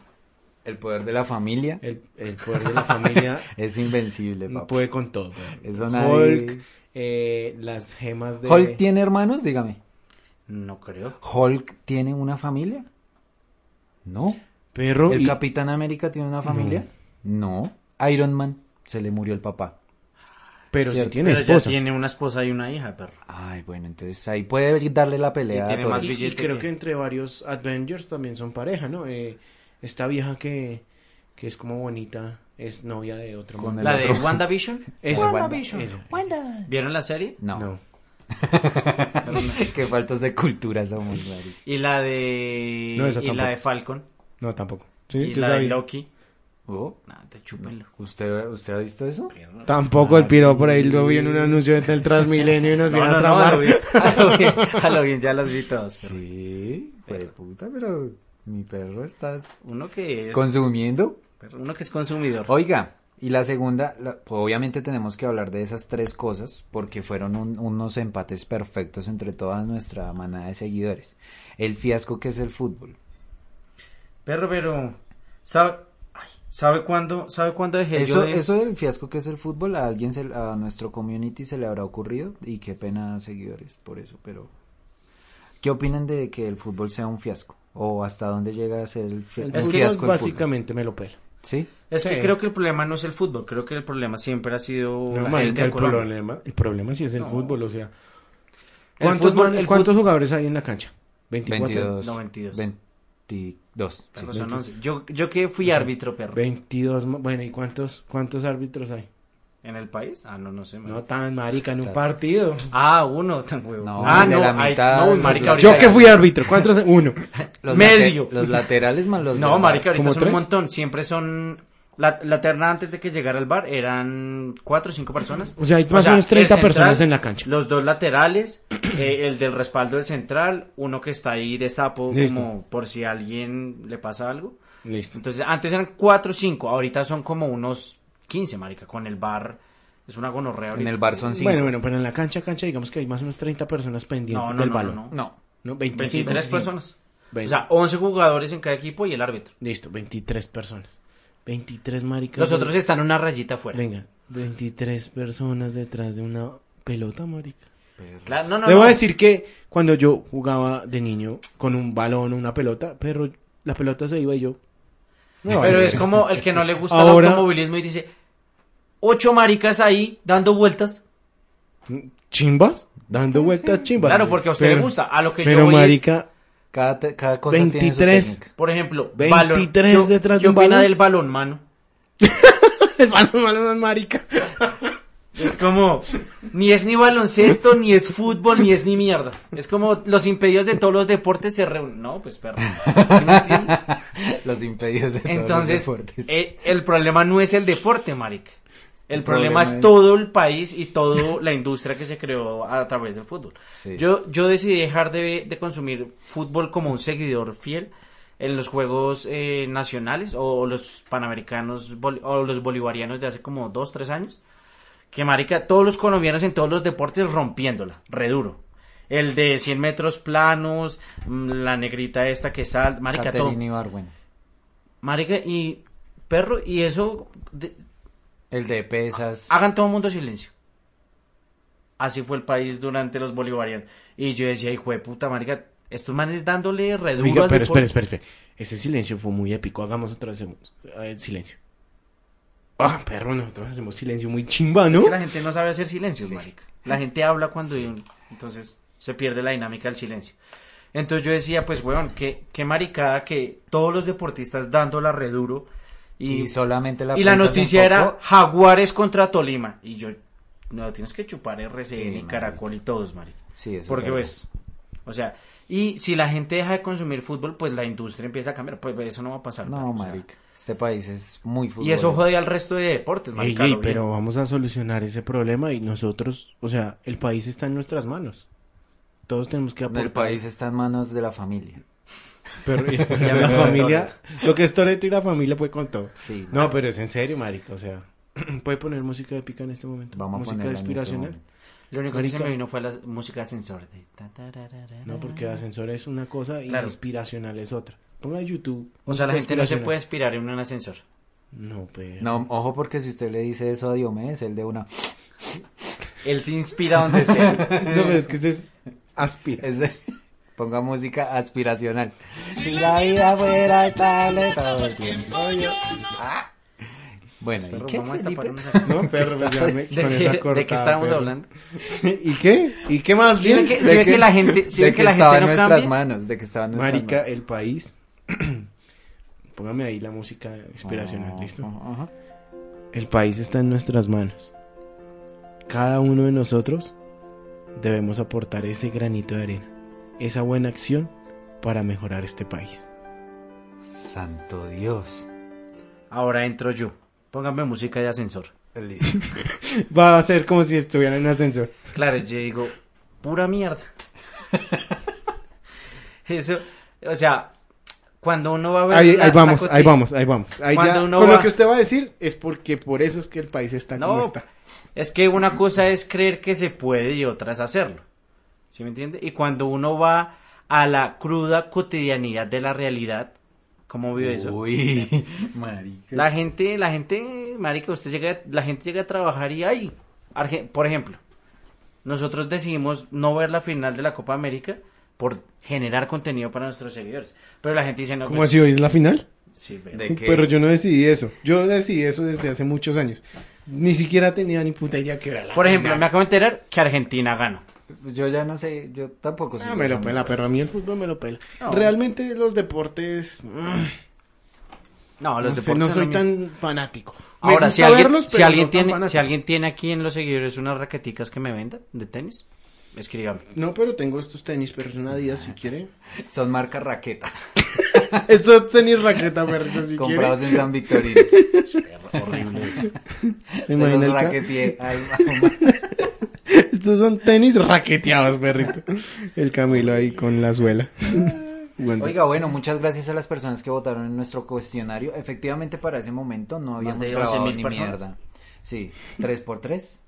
B: El poder de la familia
C: El, el poder de la familia
B: es invencible, papá.
C: puede con todo. weón.
B: Eso nadie-
C: Hulk, eh, las gemas de.
B: Hulk tiene hermanos, dígame.
A: No creo.
B: Hulk tiene una familia? No.
C: Perro.
B: ¿El
C: y-
B: Capitán América tiene una familia? No. Iron Man se le murió el papá.
C: Pero si
B: Cierto.
C: tiene
A: Pero
C: esposa.
A: ya tiene una esposa y una hija, perro.
B: Ay, bueno, entonces ahí puede darle la pelea
A: Y
B: a
A: tiene
B: Thor.
A: más
C: Y- y
A: billete
C: creo
A: que-
C: que entre varios Avengers también son pareja, ¿no? Eh, esta vieja que, que es como bonita es novia de otro
B: Con
C: man.
B: El
A: ¿La de
B: otro.
A: WandaVision?
C: Esa,
A: WandaVision.
C: esa.
A: ¿Vieron la
C: [LAUGHS]
A: serie?
B: No.
C: No.
B: [LAUGHS] Qué faltos de cultura somos, marica.
A: Y la de...
C: No, esa
A: y la
C: tampoco.
A: de Falcon.
C: No, tampoco. Sí,
A: y
C: yo
A: la de
C: sabía.
A: Loki.
B: Oh,
A: Nada, te chúpenlo.
B: ¿Usted, ¿Usted ha visto eso?
C: Tampoco el piro por ahí lo vi en un anuncio del Transmilenio y nos
A: No,
C: viene
A: no,
C: a
A: no, a
C: tramar.
A: lo bien, a lo bien, a lo bien, ya las vi todas. perro.
B: Sí, pues puta, pero Mi perro estás
A: Uno que es.
B: consumiendo.
A: Uno que es consumidor.
B: Oiga, y la segunda, la- pues, obviamente tenemos que hablar de esas tres cosas porque fueron un- unos empates perfectos entre toda nuestra manada de seguidores. El fiasco que es el fútbol.
A: Perro, pero. ¿Sabe, ay, ¿sabe cuándo? ¿Sabe cuándo dejé
B: Eso,
A: yo de-
B: eso del fiasco que es el fútbol, a alguien, se, a nuestro community se le habrá ocurrido y qué pena seguidores por eso, pero ¿qué opinan de que el fútbol sea un fiasco? ¿O hasta dónde llega a ser el, fia-
C: El
B: un
A: es que
C: fútbol
B: fiasco el fútbol?
C: básicamente me lo pela.
B: ¿Sí?
A: Es
C: Sí.
A: que creo que el problema no es el fútbol, creo que el problema siempre ha sido
C: No,
A: la
C: marica,
A: gente de
C: el,
A: Colombia.
C: problema, el problema sí es el fútbol, o sea.
A: El
C: ¿Cuántos,
A: fútbol-
C: manes-
A: el
C: cuántos jugadores hay en la cancha? 24.
B: 22.
A: No, 22.
B: 22. sí.
A: Perro, son once. Yo, yo que fui árbitro, perro.
C: 22, ma- bueno, ¿y cuántos, cuántos árbitros hay?
A: ¿En el país? Ah, no, no sé. marica.
C: No tan marica en un partido.
A: Ah, uno tan huevo.
B: No,
A: ah,
B: el de
A: no,
B: la
A: ay,
B: mitad,
A: no,
B: los
A: marica,
B: dos.
A: ahorita
C: Yo
A: hay-
C: que fui árbitro, ¿cuántos? Uno.
B: Los
A: Medio.
B: late- los laterales
A: [LAUGHS]
B: más los...
A: No,
B: del-
A: marica, ahorita
C: ¿Como
A: son
C: tres?
A: un montón. Siempre son... La, la terna antes de que llegara al bar eran cuatro o cinco personas.
C: O sea, hay más o menos
A: el
C: 30
A: central,
C: personas en la cancha.
A: Los dos laterales, [CLEARS THROAT] eh, el del respaldo del central, uno que está ahí de sapo
C: Listo.
A: como por si a alguien le pasa algo.
C: [LAUGHS] Listo.
A: Entonces, antes eran cuatro o cinco, ahorita son como unos 15, marica, con el bar. Es una gonorrea
B: En
A: ahorita.
B: el bar son 5.
C: Bueno, bueno, pero en la cancha, cancha, digamos que hay más o menos 30 personas pendientes
A: No, no,
C: del
A: no,
C: balón.
A: no, no.
B: No.
C: No, 25,
A: 23
C: 25.
A: personas. O
C: Veinte.
A: sea, 11 jugadores en cada equipo y el árbitro.
C: Listo, 23 personas. 23 maricas.
A: Los otros están una rayita afuera.
C: Venga, 23 personas detrás de una pelota, marica.
A: Claro, no, no,
C: Debo
A: no.
C: decir que cuando yo jugaba de niño con un balón o una pelota, pero la pelota se iba y yo.
B: No,
A: Pero
B: eh,
A: es como el que no le gusta
C: Ahora-
A: el automovilismo y dice, ocho maricas ahí dando vueltas.
C: ¿Chimbas? Dando vueltas chimbas.
A: Claro, porque a usted
C: Pero-
A: le gusta. A lo que
C: Pero
A: yo voy es,
C: marica, [LAUGHS]
B: Cada, te- cada cosa tiene
C: 23.
B: su técnica. [LAUGHS]
A: por ejemplo,
C: 23
A: balón. Yo-
C: detrás de
A: yo
C: un
A: opina
C: balón.
A: del balón, mano.
C: el balón, balón es marica.
A: Es como, ni es ni baloncesto, ni es fútbol, ni es ni mierda. Es como los impedidos de todos los deportes se reúnen. No, pues perro. ¿Sí me entiende?
B: Los impedidos de todos los
A: Entonces,
B: deportes.
A: eh, el problema no es el deporte, marica. El,
B: El
A: problema,
B: problema
A: es,
B: es-
A: todo el país y toda [LAUGHS] la industria que se creó a través del fútbol.
B: Sí.
A: Yo, yo decidí dejar de, de consumir fútbol como un seguidor fiel en los juegos eh, nacionales o los panamericanos boli- o los bolivarianos de hace como dos, tres años. Que marica, todos los colombianos en todos los deportes rompiéndola, re duro. El de 100 metros planos, mm, la negrita esta que sal, marica, todo.
B: Caterina Ibargüen.
A: Marica, y perro, y eso, de-
B: El de pesas.
A: hagan todo el mundo silencio. Así fue el país durante los bolivarianos. Y yo decía, hijo de puta, marica, estos manes dándole reduro
C: Oiga,
A: al
C: pero
A: deporte.
C: espera, espera, espera. Ese silencio fue muy épico. Hagamos otra vez un- eh, silencio. Ah, perro, nosotros hacemos silencio muy chimba, ¿no?
A: Es que la gente no sabe hacer silencios, marica. La gente habla cuando... Entonces se pierde la dinámica del silencio. Entonces yo decía, pues, weón, qué, qué maricada que todos los deportistas dándola reduro. Y,
B: Y solamente la
A: y la
B: prensa se
A: noticia era
B: enfocó.
A: Jaguares contra Tolima. Y yo, no, tienes que chupar RCN
B: Sí,
A: y Caracol y todos, marica.
B: Sí, eso
A: Porque
B: es verdad.
A: pues, o sea, y si la gente deja de consumir fútbol, pues la industria empieza a cambiar. Pues eso no va a pasar.
B: No,
A: perro, o sea.
B: marica. Este país es muy fútbol.
A: Y eso jode al resto de deportes,
C: Ey,
A: marica.
C: ey,
A: lo bien.
C: pero vamos a solucionar ese problema y nosotros, o sea, el país está en nuestras manos. Todos tenemos que aportar.
B: El país está en manos de la familia.
C: Pero, pero la familia, lo que es Toreto y la familia puede con todo.
B: Sí.
C: No, pero es en serio, marica, o sea, [CLEARS THROAT] puede poner música épica en este momento.
B: Vamos a
C: música
B: ponerla en este
C: inspiracional.
B: momento.
A: Lo único que se
C: marica.
A: me vino fue la música de ascensor. de ta, ta, ra, ra, ra,
C: no, porque
A: ra.
C: ascensor es una cosa y
A: Claro.
C: inspiracional es otra. Ponga YouTube.
A: O sea, la gente no
C: música
A: se
C: inspiracional.
A: puede inspirar en un ascensor.
C: No, pero.
B: No, ojo porque si usted le dice eso a Diomedes, el de una...
A: Él se inspira donde
C: [LAUGHS]
A: sea.
C: [LAUGHS] No, pero es que ese es
A: [LAUGHS]
C: aspira.
B: es de- [LAUGHS] Ponga música aspiracional. Si la vida fuera estable todo el tiempo yo- Ah. Bueno, ¿y
A: Perro,
B: qué,
A: vamos a
B: Felipe?
A: taparnos acá.
C: No, pero ya
A: ¿De, qué,
C: me- con esa
A: de qué
C: cortada,
A: estábamos
C: perro.
A: hablando?
C: ¿Y qué? ¿Y qué más
A: Si ve
C: bien?
A: que,
B: de
A: si ve
B: que-
A: que la gente, si
B: de
A: ve que la
B: estaba
A: gente
B: en
A: no
B: nuestras
A: cambia.
B: manos, de que estaba en nuestras
C: Marica,
B: manos.
C: el país. [CLEARS THROAT] Póngame ahí la música
B: Oh,
A: Ah,
C: inspiracional, ¿listo?
B: Ajá, ajá.
C: El país está en nuestras manos. Cada uno de nosotros debemos aportar ese granito de arena, esa buena acción para mejorar este país. [LAUGHS]
B: Santo Dios.
A: Ahora entro yo. Pónganme música de ascensor.
B: Listo.
C: Va a ser como si estuviera en ascensor.
A: Claro, yo digo, [LAUGHS] pura mierda. Eso, o sea, cuando uno va a ver.
C: Ahí,
A: la-
C: ahí
A: la
C: vamos, ahí
A: cotilla-
C: vamos, ahí vamos. Ahí
A: Cuando
C: ya-
A: uno
C: con
A: va-
C: lo que usted va a decir es porque por eso es que el país está como
A: No,
C: está.
A: es que una cosa es creer que se puede y otra es hacerlo. ¿Sí me entiende? Y cuando uno va a la cruda cotidianidad de la realidad, ¿cómo vive eso?
B: Uy, [LAUGHS] marica.
A: La gente, la gente, marica, usted llega, la gente llega a trabajar y ay, Arge- por ejemplo, nosotros decidimos no ver la final de la Copa América por generar contenido para nuestros seguidores. Pero la gente dice, no,
C: ¿Cómo
A: pues,
C: así hoy es la final?
A: sí, pero-
B: ¿De qué?
C: Pero yo no decidí eso. Yo decidí eso desde hace muchos años. Ni siquiera tenía ni puta idea que era la
A: Por ejemplo,
C: final.
A: me acabo de enterar que Argentina ganó.
B: Pues Yo ya no sé, yo tampoco sé.
C: Ah, me lo pela, pero a mí el fútbol me lo pela.
A: No.
C: Realmente los deportes... mm,
A: No, los
C: no, sé,
A: deportes
C: no
A: son
C: soy
A: lo mismo.
C: tan fanático. Me
A: Ahora,
C: gusta
A: si alguien,
C: verlos,
A: si,
C: pero
A: alguien
C: no tan
A: tiene,
C: fanático.
A: si alguien tiene aquí en los seguidores unas raqueticas que me venda de tenis, escríbame.
C: No, pero tengo estos tenis, pero son Adidas si
A: [LAUGHS]
C: quiere.
B: Son marca raqueta.
C: estos tenis raqueta, perrito, si
B: comprados
C: quiere.
B: en San Victorino. [LAUGHS]
C: ¿Se
B: Se
C: imagina
B: los
C: el ca-
B: raqueteé al-
C: [LAUGHS] [LAUGHS] Estos son tenis raqueteados, perrito. El Camilo ahí con la suela. Bueno.
B: Oiga, bueno, muchas gracias a las personas que votaron en nuestro cuestionario. Efectivamente, para ese momento no habíamos
A: de
B: grabado
A: 11.000
B: ni
A: personas.
B: mierda. Sí, tres por tres,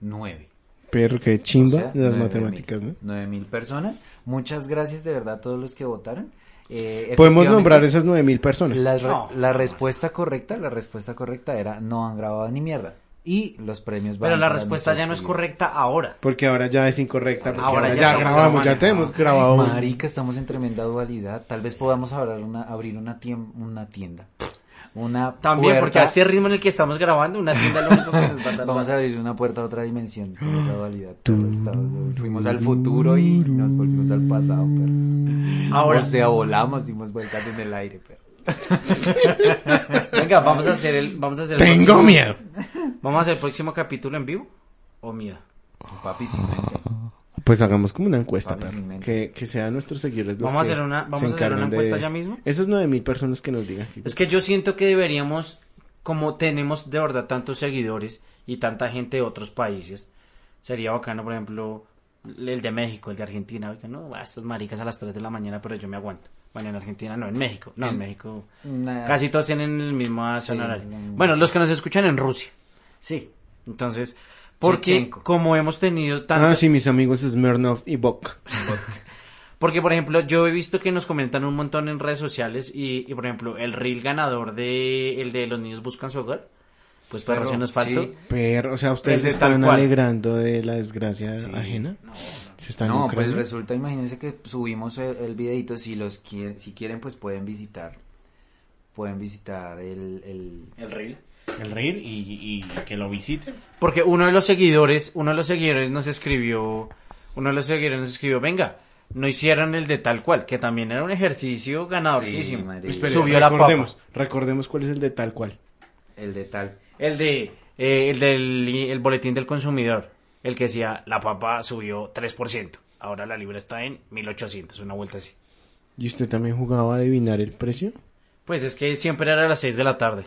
B: nueve.
C: Perro, que
B: O
C: chimba
B: sea, nueve
C: las matemáticas,
B: mil.
C: ¿no?
B: Nueve mil personas. Muchas gracias de verdad a todos los que votaron. Eh,
C: Podemos
B: efectivamente,
C: nombrar esas nueve mil personas.
B: La, re-
A: No.
B: la respuesta correcta, la respuesta correcta era no han grabado ni mierda. Y los premios van
A: Pero la
B: para
A: respuesta ya no
B: nuestros
A: es correcta ahora.
C: Porque ahora ya es incorrecta. Porque
A: Ahora ya
C: ahora, ya,
A: estamos
C: grabamos,
A: grabando.
C: ya tenemos grabado. un-
B: Marica, estamos en tremenda dualidad. Tal vez podamos abrir una, abrir una, tiem- una tienda. Una
A: También, porque
B: puerta-
A: a este
B: [LAUGHS]
A: ritmo en el que estamos grabando, una tienda lo único que nos va a salvar.
B: Vamos a abrir una puerta a otra dimensión con esa dualidad. perro. Estamos- fuimos al futuro y nos volvimos al pasado, perro.
A: Ahora-
B: O sea, volamos, dimos vueltas en el aire, perro.
A: Venga, vamos a hacer el, vamos a hacer el
C: Tengo
A: próximo-
C: miedo.
A: Vamos a hacer el próximo capítulo en vivo o miedo.
B: Papi, sin mente.
C: Pues hagamos como una encuesta,
B: Vale,
C: perro.
B: sin mente.
C: Que, que sean nuestros seguidores los
A: Vamos a
C: que
A: hacer una- vamos
C: se
A: a hacer una
C: encarguen de-
A: encuesta ya mismo.
C: Esas nueve mil personas que nos digan.
A: Es que yo siento que deberíamos, como tenemos de verdad tantos seguidores y tanta gente de otros países, sería bacano, por ejemplo, el de México, el de Argentina, oiga, no, a estas maricas a las 3 de la mañana, pero yo me aguanto. Bueno, en Argentina no, en México, no, en México.
B: Nah.
A: Casi todos tienen el mismo zona horaria.
B: no.
A: Bueno, los que nos escuchan en Rusia.
B: Sí.
A: Entonces, porque
B: Chechenko.
A: como hemos tenido tantos...
C: Ah, sí, mis amigos Smirnov y Bok.
A: Porque, por ejemplo, yo he visto que nos comentan un montón en redes sociales y, y, por ejemplo, el reel ganador de el de los niños buscan su hogar, pues para
B: Pero,
A: eso nos faltó.
B: sí.
C: Pero, o sea, ustedes
A: Ese
C: se
A: es tal
C: están
A: cual.
C: alegrando de la desgracia ajena. Se están
B: No, pues
C: lucrando?
B: resulta, imagínense que subimos el, el videito, si los quieren, si quieren, pues pueden visitar, pueden visitar el, el-
A: El reel.
C: el reel y, que lo visiten.
A: Porque uno de los seguidores, uno de los seguidores nos escribió, uno de los seguidores nos escribió, venga, no hicieron el de tal cual, que también era un ejercicio
B: Sí,
A: ganadorísimo.
B: marica.
A: Subió la papa.
C: recordemos, recordemos cuál es el de tal cual.
B: el de tal.
A: El de, eh, el del el boletín del consumidor, el que decía, la papa subió 3%, ahora la libra está en 1800, una vuelta así.
C: ¿Y usted también jugaba a adivinar el precio?
A: Pues es que siempre era a las 6 de la tarde.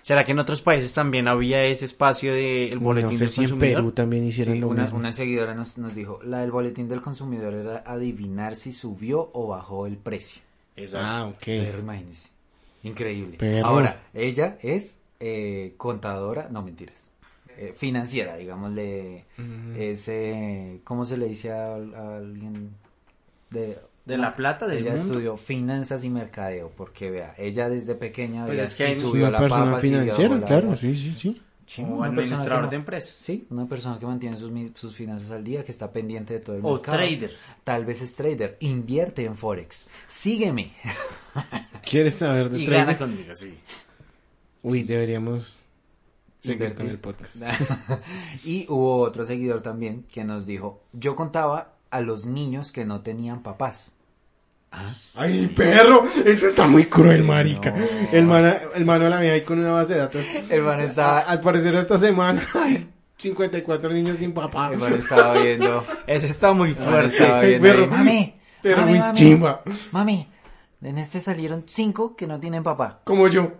A: ¿Será que en otros países también había ese espacio del boletín
C: no sé
A: del
C: si en
A: consumidor?
C: Perú también hicieron
B: Sí,
C: lo
B: una,
C: mismo.
B: una seguidora nos, nos dijo, la del boletín del consumidor era adivinar si subió o bajó el precio.
A: Exacto.
C: Ah, ok.
B: Pero imagínense, increíble.
C: Pero-
B: Ahora, ella es eh, contadora, no mentiras, eh, financiera, digámosle, es, eh, ¿cómo se le dice a, a alguien de...
A: ¿De La Plata, del
B: Ella
A: mundo?
B: estudió finanzas y mercadeo, porque vea, ella desde pequeña
A: Pues
B: veía
A: es que
B: si
A: hay
B: subió
C: una
B: la
C: persona
B: papa, si bajó
C: financiera,
B: la-
C: claro, sí, sí, sí.
B: Sí,
A: Como
B: una persona que
A: administrador
B: no-
A: de empresas.
B: Sí, una persona que mantiene sus, mi- sus finanzas al día, que está pendiente de todo el
A: O
B: mercado.
A: trader.
B: Tal vez es trader. Invierte en Forex.
C: [LAUGHS]
B: Sígueme. [LAUGHS]
C: ¿Quieres saber de
A: Y
C: trading?
A: gana conmigo, sí.
C: Uy, deberíamos seguir con
B: Invertir.
C: el podcast.
B: y hubo otro seguidor también que nos dijo, yo contaba a los niños que no tenían papás.
C: ¡Ay, perro! Eso está muy cruel, marica.
B: No.
C: El mano, el mano la mía ahí con una base de datos.
B: El man
C: A-
B: estaba,
C: Al parecer esta semana [LAUGHS] hay 54 niños sin papá.
B: el man estaba viendo.
A: Ese está muy
B: el man
A: fuerte.
B: estaba viendo
C: Perro.
B: ahí, mami.
C: Perro
B: mami,
C: muy
B: mami,
C: chimba. [LAUGHS]
B: Mami, en este salieron cinco que no tienen papá. [LAUGHS]
C: Como yo.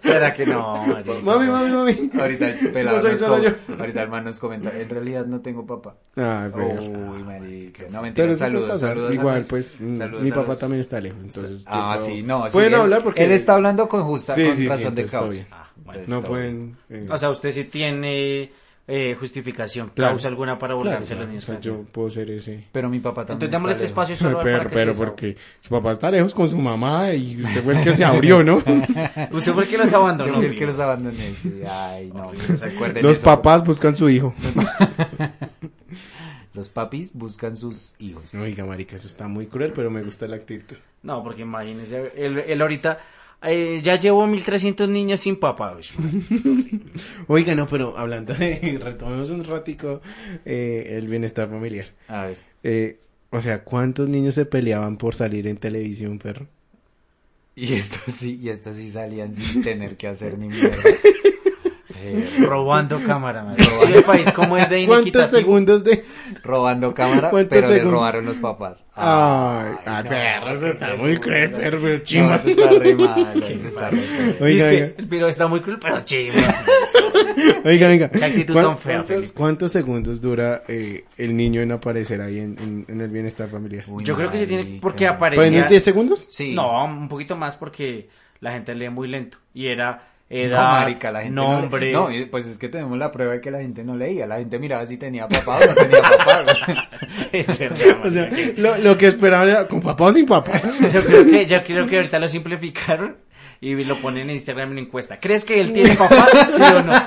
B: ¿Será que no? marica?
C: Mami, mami, mami.
B: Ahorita el pelado
C: [LAUGHS] No soy
B: nos
C: solo
B: com-
C: yo.
B: Ahorita el man nos comenta, en realidad no tengo papá.
C: Ah, güey.
B: Uy, marica. No,
C: Pero
B: mentira,
C: eso puede
B: saludos,
C: pasar.
B: saludos. a
C: Igual,
B: los-
C: pues, mm,
B: saludos
C: mi
B: a
C: papá
B: los-
C: también está lejos, entonces...
B: Ah,
C: yo-
B: sí, no. sí,
C: Pueden
B: él-
C: hablar porque...
B: Él está hablando con justa,
C: Sí,
B: con
C: sí, sí,
B: razón de
C: entonces está
B: causa.
C: bien.
B: Ah,
A: bueno,
B: entonces
C: No
B: está bien.
C: pueden... eh,
A: O sea, usted sí tiene eh, justificación,
C: Claro.
A: causa alguna para
C: claro,
A: volverse a
C: claro,
A: los niños.
C: o sea, yo puedo ser ese...
B: Pero mi papá también
A: Entonces, démosle este
B: está lejos.
A: espacio solo
C: [LAUGHS] pero,
A: para que
C: pero
A: se
C: porque su papá está lejos con su mamá y usted fue el [LAUGHS] que se abrió, ¿no?
A: desahogue. Usted fue el que los
B: Yo
A: abandonó.
B: fui el que los abandoné, sí. Ay, no, se acuerden
C: [LAUGHS] Los
B: eso.
C: papás buscan su hijo.
B: Los papis buscan sus hijos.
C: Oiga, marica, eso está muy cruel, pero me gusta la actitud.
A: No, porque imagínese, él, él ahorita eh, ya llevó 1300 niñas sin papá. güey.
C: Oiga, no, pero hablando de... [LAUGHS] Retomemos un ratico eh, el bienestar familiar.
B: A ver.
C: Eh, o sea, ¿cuántos niños se peleaban por salir en televisión, perro?
B: Y estos sí, y estos sí salían sin tener que hacer ni
C: [LAUGHS]
B: mierda. Eh,
A: Robando cámara, madre. Sí, el país como es de
C: [LAUGHS] ¿Cuántos
A: inequitativo.
C: segundos de...?
B: robando cámara,
C: ¿Cuántos
B: pero le
C: segundos?
B: robaron los papás.
C: Ay, ah,
B: no,
C: perro, eso
B: qué
C: está muy cruel,
B: vergüenza.
C: perro, pero
B: No,
C: chimba.
B: eso está re
C: [LAUGHS]
B: malo, eso está re feo.
A: Y es
C: Oiga,
A: que
C: oiga.
A: el piro está muy cruel, pero
B: [LAUGHS]
A: chido.
C: Oiga, venga.
A: Qué actitud
C: ¿Cuán-
A: tan fea,
C: ¿Cuántos,
A: Felipe.
C: cuántos segundos dura eh, el niño en aparecer ahí en, en- en el bienestar familiar?
B: Uy,
A: Yo creo que se tiene- porque
B: marica.
A: aparece-
C: ¿Pues
A: parecía-
C: no 10 segundos?
B: Sí.
A: No, un poquito más porque la gente lee muy lento. Y era edad,
B: No, marica, la gente no le-
A: nombre. [LAUGHS]
B: No, y pues es que tenemos la prueba de que la gente no leía. La gente miraba si tenía papá o no tenía
C: [LAUGHS]
B: papá. [LAUGHS]
A: Es verdad,
C: O sea,
A: marica.
C: lo, lo que esperaban era con papá o sin papá.
A: Yo creo que, yo creo que ahorita lo simplificaron y lo ponen en Instagram en encuesta. ¿Crees que él
B: [LAUGHS]
A: tiene papá? ¿Sí o no?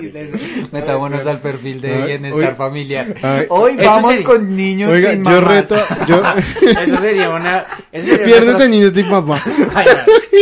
B: Sí, de eso. Metámonos al perfil
C: A
B: de
C: ver,
B: bienestar
C: hoy-
B: familiar.
C: Ay.
B: Hoy
A: Eso
B: vamos
A: sí.
B: con niños
C: Oiga,
B: sin
C: yo
B: mamás. [LAUGHS]
C: reto,
A: [LAUGHS]
C: yo... [LAUGHS]
A: Eso sería una. Eso sería
C: Pierdes
A: una
C: de niños sin papá. [LAUGHS]
A: estra- Ay,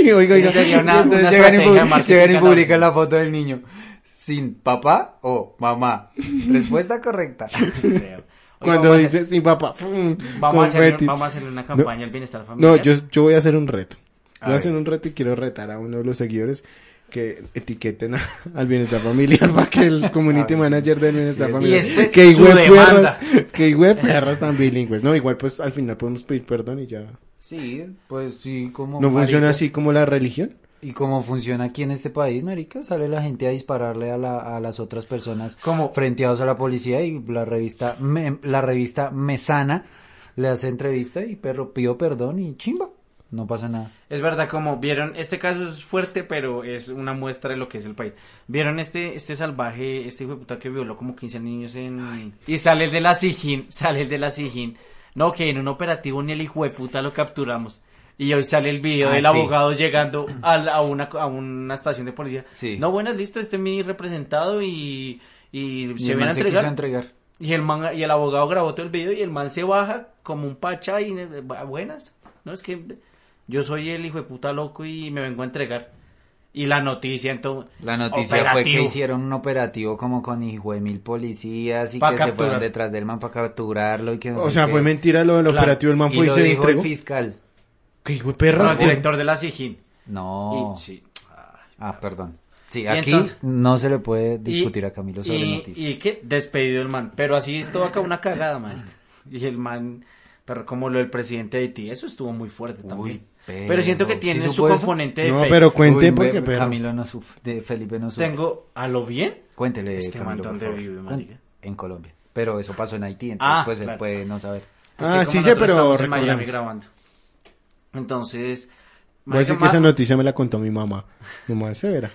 A: ay.
C: oiga,
A: Eso sería
C: oiga.
A: una, una
B: Entonces llegan y,
A: estrategia de
B: pub-
A: marketing
B: llegan y
A: ganadora.
B: publican la foto del niño. ¿Sin papá o mamá? Respuesta correcta.
A: Creo. Oiga,
C: Cuando
A: vamos a-
C: dice sin papá. pum,
A: Vamos a, hacer,
C: confetis.
A: vamos a hacerle una campaña al bienestar
C: No,
A: familiar.
C: yo, yo voy a hacer un reto.
B: A
C: Voy a hacer
B: ver.
C: un reto y quiero retar a uno de los seguidores que etiqueten a- [LAUGHS] al bienestar familiar para que el community
B: A ver, sí.
C: manager del bienestar
B: Sí,
C: familiar.
A: y esta es
C: que
A: su
C: perras,
A: demanda.
C: que higüe perras tan bilingües. No, igual pues al final podemos pedir perdón y ya.
B: Sí, pues sí, como.
C: ¿No funciona
B: marica.
C: así como la religión?
B: Y como funciona aquí en este país, marica, sale la gente a dispararle a, la- a las otras personas
A: ¿Cómo?
B: frenteados a la policía y la revista Me- la revista Mesana le hace entrevista y perro pidió perdón y chimba, no pasa nada.
A: Es verdad, como vieron, este caso es fuerte, pero es una muestra de lo que es el país. Vieron este, este salvaje, este hijo de puta que violó como 15 niños en... Y sale el de la Sijín, [LAUGHS] sale el de la Sijín. No, que en un operativo ni el hijo de puta lo capturamos. Y hoy sale el video
B: Ah,
A: del
B: sí.
A: abogado llegando a, la- a una, a una estación de policía.
B: Sí.
A: No, buenas, listo, este es mi representado y, y,
B: Y
A: se
B: el
A: ven a
B: man se
A: entregar.
B: quiso entregar.
A: Y el man, y el abogado grabó todo el video y el man se baja como un pacha y eh, bu- buenas. No es que yo soy el hijo de puta loco y me vengo a entregar. Y la noticia entonces
B: La noticia fue que hicieron un operativo como con hijo de mil policías y
A: Pa'
B: que se fueron
A: capturar.
B: detrás del man para capturarlo y que no
C: O
B: sé
C: sea,
B: qué.
C: fue mentira lo del
A: Claro.
C: operativo. El man
B: Y
C: fue y,
B: lo
C: se
B: dijo el
C: entregó.
B: fiscal.
C: ¿Qué hijo de perras?
A: el director de la SIGIN.
B: No.
A: Y, sí. Ah.
B: Ah, perdón. Sí,
A: Y
B: aquí
A: entonces-
B: no se le puede
A: Y-
B: discutir a Camilo sobre
A: y,
B: noticias.
A: Y que despedido el man. Pero así estuvo acá una cagada, man. Y el man, pero como lo del presidente de Haití, eso estuvo muy fuerte
B: Uy,
A: también.
B: pero-
A: Pero, siento que
B: ¿Sí
A: tiene su
B: supo eso?
A: componente de
C: No,
A: fake.
C: pero cuente
B: Uy,
C: porque
B: ve-
C: perro.
B: Camilo no sufre, de Felipe no sufre.
A: Tengo a lo bien.
B: Cuéntele,
A: Este man,
B: Camilo, por
A: ¿dónde
B: favor.
A: vive,
B: Cuen-
A: marica?
B: En Colombia. Pero eso pasó en Haití, entonces
A: Ah,
B: pues él
A: claro.
B: puede no saber.
C: Ah,
A: Es que como
C: sí sé,
A: nosotros
C: pero
A: estamos en Miami
C: recordemos.
A: grabando. Entonces,
C: Voy a decir
A: marica,
C: que esa
A: ma-
C: noticia me la contó mi mamá. Mi mamá es severa.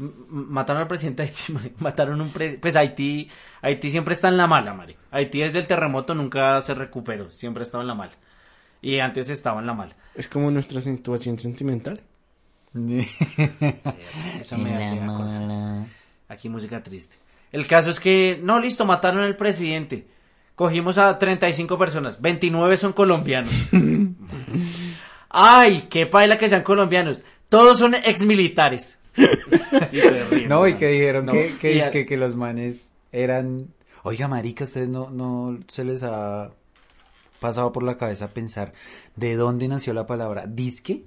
A: m- mataron al presidente de Haití, [LAUGHS] marica, mataron un pre- pues Haití, Haití siempre está en la mala, Mari. Haití desde el terremoto nunca se recuperó, siempre estaba en la mala. Y antes estaba en la
B: [LAUGHS]
A: mala.
C: Es como nuestra situación sentimental.
A: [LAUGHS] Eh, Eso me
B: En la
A: hace acordar.
B: mala.
A: Aquí música triste. El caso es que, no, listo, mataron al presidente. Cogimos a 35 personas, 29 son
B: [LAUGHS]
A: colombianos. Ay, qué paila que sean colombianos. Todos son exmilitares. Y se ríen,
B: No, y
A: ¿no? [LAUGHS]
B: que dijeron
A: No,
B: que, que,
A: y
B: es
A: al-
B: que, que los manes eran... Oiga, marica, ¿ustedes no, no se les ha pasado por la cabeza pensar de dónde nació la palabra
A: [LAUGHS]
B: disque?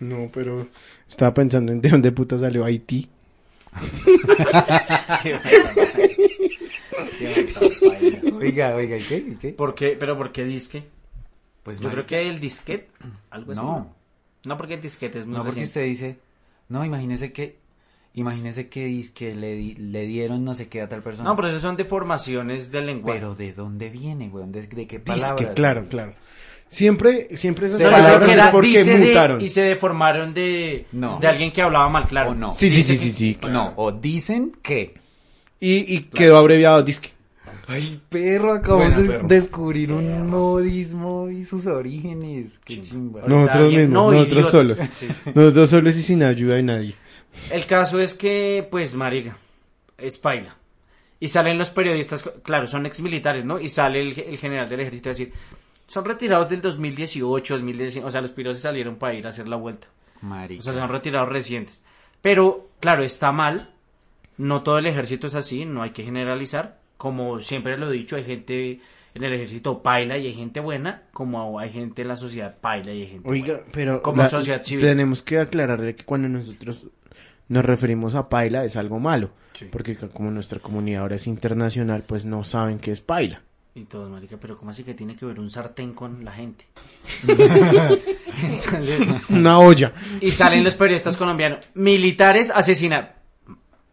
C: No, pero estaba pensando en de dónde puta salió Haití.
B: Oiga, oiga, ¿y qué? ¿Y qué?
A: ¿Por qué? ¿Pero por qué disque?
B: Pues
A: Yo creo
B: marica,
A: que el disquete, algo así.
B: No,
A: No porque el disquete es muy
B: No, porque
A: reciente.
B: usted dice, no, imagínese que, imagínese que disque le, di- le dieron no sé qué a tal persona.
A: No, pero eso son deformaciones del lenguaje.
B: Pero ¿de dónde viene, weón? ¿De, de qué
E: Disque,
B: palabra?
E: claro, claro. Siempre, siempre esas
B: Se
A: No, yo creo
E: palabras
A: que
E: es
A: era
E: porque
A: dice de-
E: mutaron.
A: y se deformaron de,
B: No.
A: de alguien que hablaba mal, claro.
B: O no.
E: Sí, sí, sí, sí, sí. claro.
B: No, o dicen que.
E: Y, y quedó abreviado disque.
B: Ay, perro, acabamos
E: Buena,
B: de
E: perro.
B: descubrir un modismo y sus orígenes. Qué chimba.
A: Ahorita
E: Nosotros
A: alguien-
E: mismos,
A: no,
E: nosotros
A: idiotas.
E: solos.
A: Sí.
E: Nosotros solos y sin ayuda de nadie.
A: El caso es que, pues, marica, es paila. Y salen los periodistas, claro, son ex militares, ¿no? Y sale el, el general del ejército a decir, son retirados del 2018, 2019, o sea, los piros se salieron para ir a hacer la vuelta. O sea, se han retirado recientes. Pero, claro, está mal. No todo el ejército es así, no hay que generalizar. Como siempre lo he dicho, hay gente en el ejército paila y hay gente buena, como hay gente en la sociedad paila y hay gente
C: Oiga, pero
A: Como sociedad civil.
C: tenemos que aclararle que cuando nosotros nos referimos a paila es algo malo,
A: Sí.
C: porque ca- como nuestra comunidad ahora es internacional, pues no saben qué es paila.
A: Y todos, marica, pero ¿cómo así que tiene que ver un sartén con
E: [LAUGHS]
A: la gente? Entonces,
E: [LAUGHS] Una olla.
A: y salen los periodistas colombianos, militares asesinar.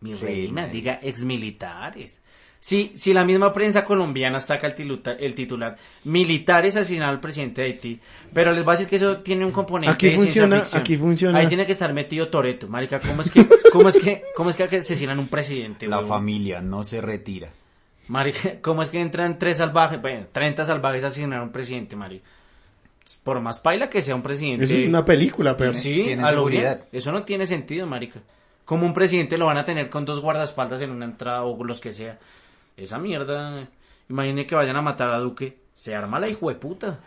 A: Mi
B: Sí,
A: reina,
B: marica.
A: diga exmilitares. Si, si la misma prensa colombiana saca el, tiluta- el titular, militares asesinaron al presidente de Haití, pero les voy a decir que eso tiene un componente
E: Aquí
A: de ciencia
E: funciona,
A: ficción.
E: aquí funciona.
A: Ahí tiene que estar metido Toreto, marica, ¿cómo es que, cómo es que, cómo es que asesinan un presidente?
B: La
A: huevón?
B: familia no se retira.
A: Marica, [LAUGHS] ¿cómo es que entran tres salvajes? Bueno, 30 salvajes a asesinar a un presidente, marica. Por más paila que sea un presidente. pues
E: Eso es una película, pero.
A: Sí,
B: Tiene
A: a lo
B: seguridad.
A: bien. Eso no tiene sentido, marica. Como un presidente lo van a tener con dos guardaespaldas en una entrada o los que sea. Esa mierda. eh. Imagine que vayan a matar a Duque. Se arma la hijo de puta.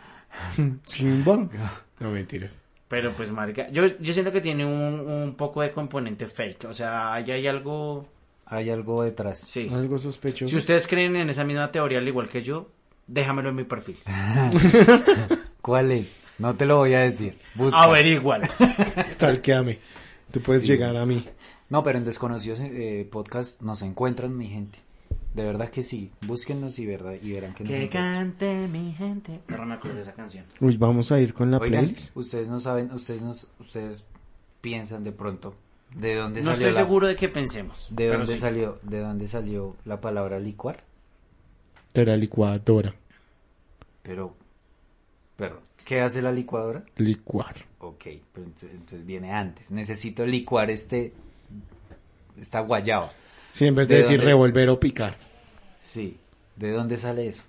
E: Chimba. Ah, No mentiras.
A: Pero pues, marica, yo, yo siento que tiene un, un poco de componente fake. O sea, ahí hay algo...
B: Hay algo detrás.
A: Sí.
E: Algo sospechoso.
A: Si ustedes creen en esa misma teoría, al igual que yo, déjamelo en mi perfil.
B: ¿Cuál es? Ah, No te lo voy a decir.
E: Pues
B: Busca.
A: Averígualo.
E: Stalkeame. Tú puedes
B: Sí,
E: llegar a mí.
B: No, pero en Desconocidos eh, Podcast nos encuentran, mi gente. De verdad que sí. Búsquennos y, verdad, y verán que nos
A: Que
B: encuentran.
A: cante mi gente. Pero me acuerdo de esa canción.
E: Uy, vamos a ir con la
B: Oigan,
E: playlist.
B: ustedes no saben, ustedes nos, ustedes piensan de pronto de dónde
A: No
B: salió
A: estoy
B: la-
A: seguro de que pensemos.
B: de
A: pero
B: dónde
A: sí.
B: salió, de dónde salió la palabra licuar,
E: De la licuadora.
B: pero pero ¿qué hace la licuadora?
E: Licuar.
B: Ok, pero ent- entonces, viene antes. Necesito licuar este esta guayaba.
E: Sí, en vez de,
B: ¿De
E: decir
B: dónde?
E: revolver o picar.
B: Sí. ¿De dónde sale eso?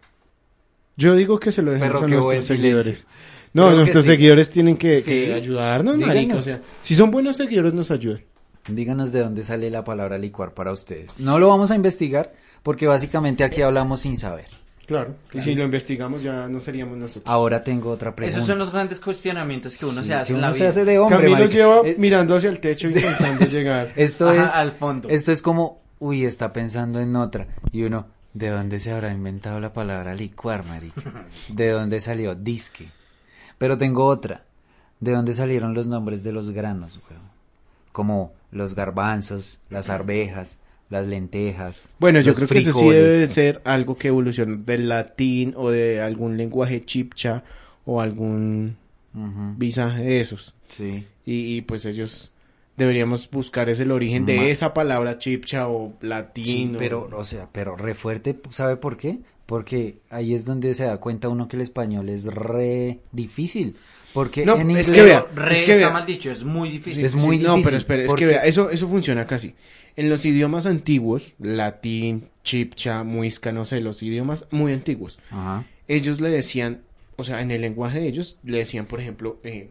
E: Yo digo que se lo dejemos
B: Pero
E: a
B: qué buen
E: nuestros
B: silencio.
E: seguidores. No,
B: Creo que
E: nuestros
B: sí.
E: seguidores tienen que,
B: Sí.
E: que ayudarnos,
B: Díganos.
E: marica, o sea, si son buenos seguidores, nos ayudan.
B: Díganos de dónde sale la palabra licuar para ustedes. No lo vamos a investigar porque básicamente aquí hablamos sin saber.
E: Claro. Y si lo investigamos, ya no seríamos nosotros.
C: Ah,
B: Ahora tengo otra pregunta.
A: Esos son los grandes cuestionamientos que uno
B: Sí,
A: se hace
B: que
A: en la
B: uno se
A: vida.
B: hace de hombre,
E: Camilo
B: marica.
E: lleva
B: Eh,
E: mirando hacia el
C: [LAUGHS]
E: techo intentando llegar.
B: Esto
A: Ajá,
B: es
A: al fondo.
B: Esto es como, uy, está pensando en otra. Y uno, ¿de dónde se habrá inventado la palabra licuar, marica?
A: [LAUGHS]
B: ¿De dónde salió disque? Pero tengo otra. ¿De dónde salieron los nombres de los granos, weón? Como los garbanzos, las arvejas, las lentejas.
C: Bueno, yo
B: los
C: creo que eso sí
B: frijoles.
C: debe de ser algo que evolucionó del latín o de algún lenguaje chipcha o algún
B: Ujú,
C: visaje de esos.
B: Sí.
C: Y, y, pues ellos deberíamos buscar es el origen
B: Ma-
C: de esa palabra chipcha o latín.
B: Sí,
C: o-
B: pero, o sea, pero re fuerte, ¿sabe por qué? Porque ahí es donde se da cuenta uno que el español es re difícil. Porque
C: No,
B: en inglés.
C: es que vea,
A: Re
C: es que
A: está
C: vea.
A: mal dicho, es muy difícil.
B: Es muy
C: No,
B: difícil,
C: pero espera,
B: porque-
C: es que vea, eso, eso funciona casi. En los idiomas antiguos, latín, chipcha, muisca, no sé, los idiomas muy antiguos,
B: Ajá.
C: ellos le decían, o sea, en el lenguaje de ellos, le decían, por ejemplo, eh,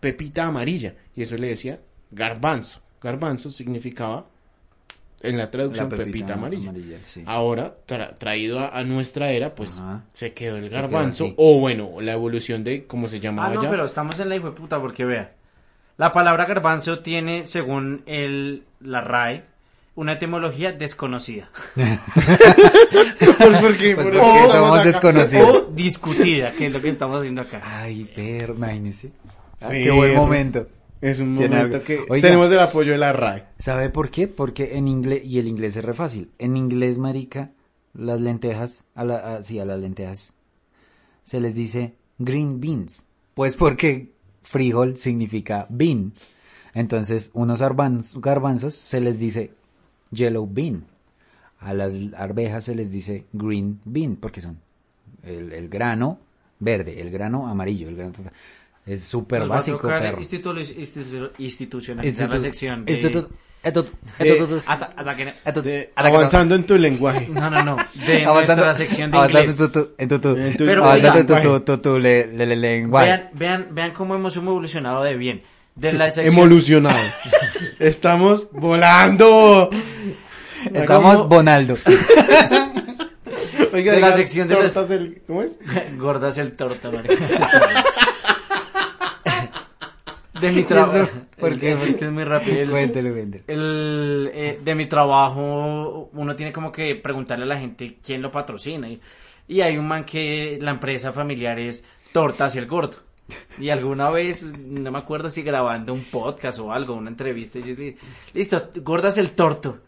C: pepita amarilla, y eso le decía garbanzo. Garbanzo significaba, en la traducción, pepita, amarilla. Ah.
B: sí.
C: Ahora, tra- traído a, a nuestra era, pues
B: Ajá.
C: se quedó el
B: Se quedó
C: garbanzo,
B: así.
C: o bueno, la evolución de cómo se llamaba
A: Ah, no,
E: [LAUGHS]
C: ya.
A: pero estamos en la hijo puta porque vea. La palabra garbanzo tiene, según el, la RAE, una etimología desconocida
E: Pues porque,
B: Pues
E: por-
B: porque
E: oh,
B: somos
E: acá.
A: o
B: desconocidos.
A: discutida, que es lo que estamos haciendo acá.
B: Ay, pero imagínese. Ah, qué
E: Perro.
B: buen momento.
E: Es un
B: Tiene
E: momento
B: algo.
E: que
B: Oiga.
E: tenemos el apoyo de la RAE.
B: ¿Sabe por qué? Porque en inglés, y el inglés es re fácil. En inglés, marica, las lentejas, a la, a- sí, a las lentejas, se les dice green beans. Pues porque frijol significa bean. Entonces, unos arbanz- garbanzos se les dice yellow bean. A las arvejas se les dice green bean, porque son el, el grano verde, el grano amarillo, el grano... Es súper
A: Nos va a
B: básico,
A: tocar
B: perro.
A: institu- institu- institucionalizar la
B: Institu-
A: sección de-
B: institu- etot-
E: de-
B: etototos-
A: Ata- ataquen-
B: etot-
E: De-
B: atacando-
E: avanzando en tu lenguaje.
A: No, no, no. De
B: [LAUGHS] avanzando-
A: nuestra sección de
B: avanzando
A: inglés.
B: en tu- tu- en tu- tu-
E: En tu-
A: Pero
B: avanzando en tu-
E: oigan,
B: tu- tu- tu le- le- le- lenguaje.
A: Vean, vean, vean cómo hemos evolucionado de bien. De la sección
E: Evolucionado. Estamos volando.
B: Estamos
E: ¿Cómo?
B: Bonaldo.
E: Oiga,
A: De la
E: diga,
A: sección de los-
E: tortas el- ¿Cómo es?
A: [LAUGHS]
E: [LAUGHS]
A: Gordas el torta,
B: [LAUGHS]
A: marica. De mi trabajo.
B: Eso, ¿por
A: Porque
B: qué?
A: el chiste es muy rápido. [LAUGHS] El-
B: [LAUGHS] Cuéntelo, cuéntelo.
A: el, eh, de mi trabajo, uno tiene como que preguntarle a la gente quién lo patrocina. Y, y hay un man que la empresa familiar es Tortas y el Gordo. Y alguna vez, no me acuerdo si grabando un podcast o algo, una entrevista, yo dije, listo, Gordas el Torto.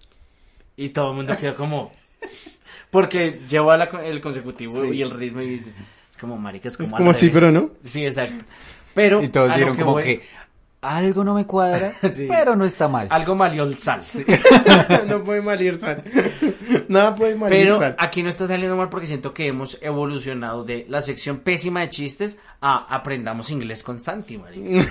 A: Y todo el mundo quedó como, porque lleva la co- el consecutivo y el ritmo y es como maricas, como
E: Es
A: al
E: como sí,
A: revés.
E: pero no.
A: Sí, exacto. Pero,
B: Y todos
A: a lo
B: vieron
A: que
B: como
A: voy,
B: que algo no me cuadra,
A: [LAUGHS] Sí.
B: pero no está mal.
A: algo malió el
B: [LAUGHS]
A: sal.
E: no puede malir sal. Nada puede malir
A: Pero
E: sal.
A: aquí no está saliendo mal porque siento que hemos evolucionado de la sección pésima de chistes a aprendamos inglés con Santi,
E: [LAUGHS]
A: marica.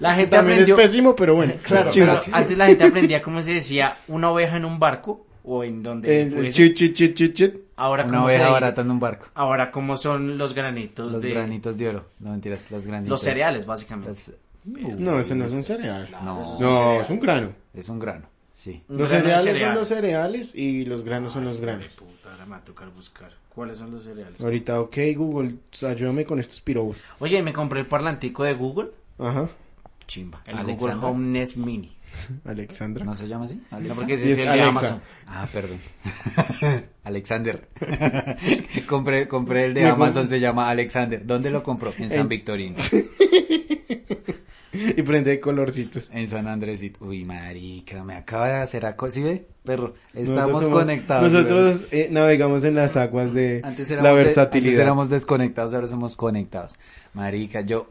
A: La gente
E: También
A: aprendió.
E: es pésimo, pero bueno.
A: Claro,
E: Chivo.
A: pero antes la gente aprendía cómo se decía una oveja en un barco o en donde
E: Eh,
A: fuese.
E: chit, chit, chit, chit, chit.
A: Ahora
B: Una
A: cómo se
B: oveja
A: dice?
B: barata en un barco.
A: Ahora cómo son los granitos
B: Los
A: de
B: granitos de oro. No mentiras, los granitos.
A: los cereales Ah, básicamente.
B: Las-
E: No, ese no es un cereal.
B: No,
E: No, es un grano.
B: es un grano. Sí.
A: Un
E: Los
A: grano de
E: cereales
A: cereal.
E: son los cereales y los granos son los granos.
A: Puta, ahora me va a tocar buscar. ¿Cuáles son los cereales?
E: Ahorita, ok, Google, ayúdame con estos pirobos.
A: Oye, me compré el parlantico de Google.
E: Ajá.
A: Chimba. El
B: Alexandra.
A: Google Home Nest Mini.
E: Alexandra.
B: ¿No se llama así?
A: No,
B: ¿Alexa?
A: porque ese
E: Y
A: es
E: es
A: el de
E: Alexa.
A: Amazon.
B: Ah, perdón. [LAUGHS]
E: [LAUGHS]
B: Alexander. compré, compré el de
E: Me
B: Amazon,
E: gusta.
B: se llama Alexander. ¿Dónde lo compró? En
E: [LAUGHS]
B: San Victorino.
E: Y prende colorcitos.
B: En San Andresito. Uy, marica, me acaba de hacer aco... ¿Sí ve? Perro,
E: Nosotros
B: estamos
E: somos-
B: conectados. weón.
E: Nosotros eh, navegamos en las aguas de
B: antes éramos
E: la
B: de-
E: versatilidad.
B: antes éramos desconectados, ahora somos conectados. Marica, yo...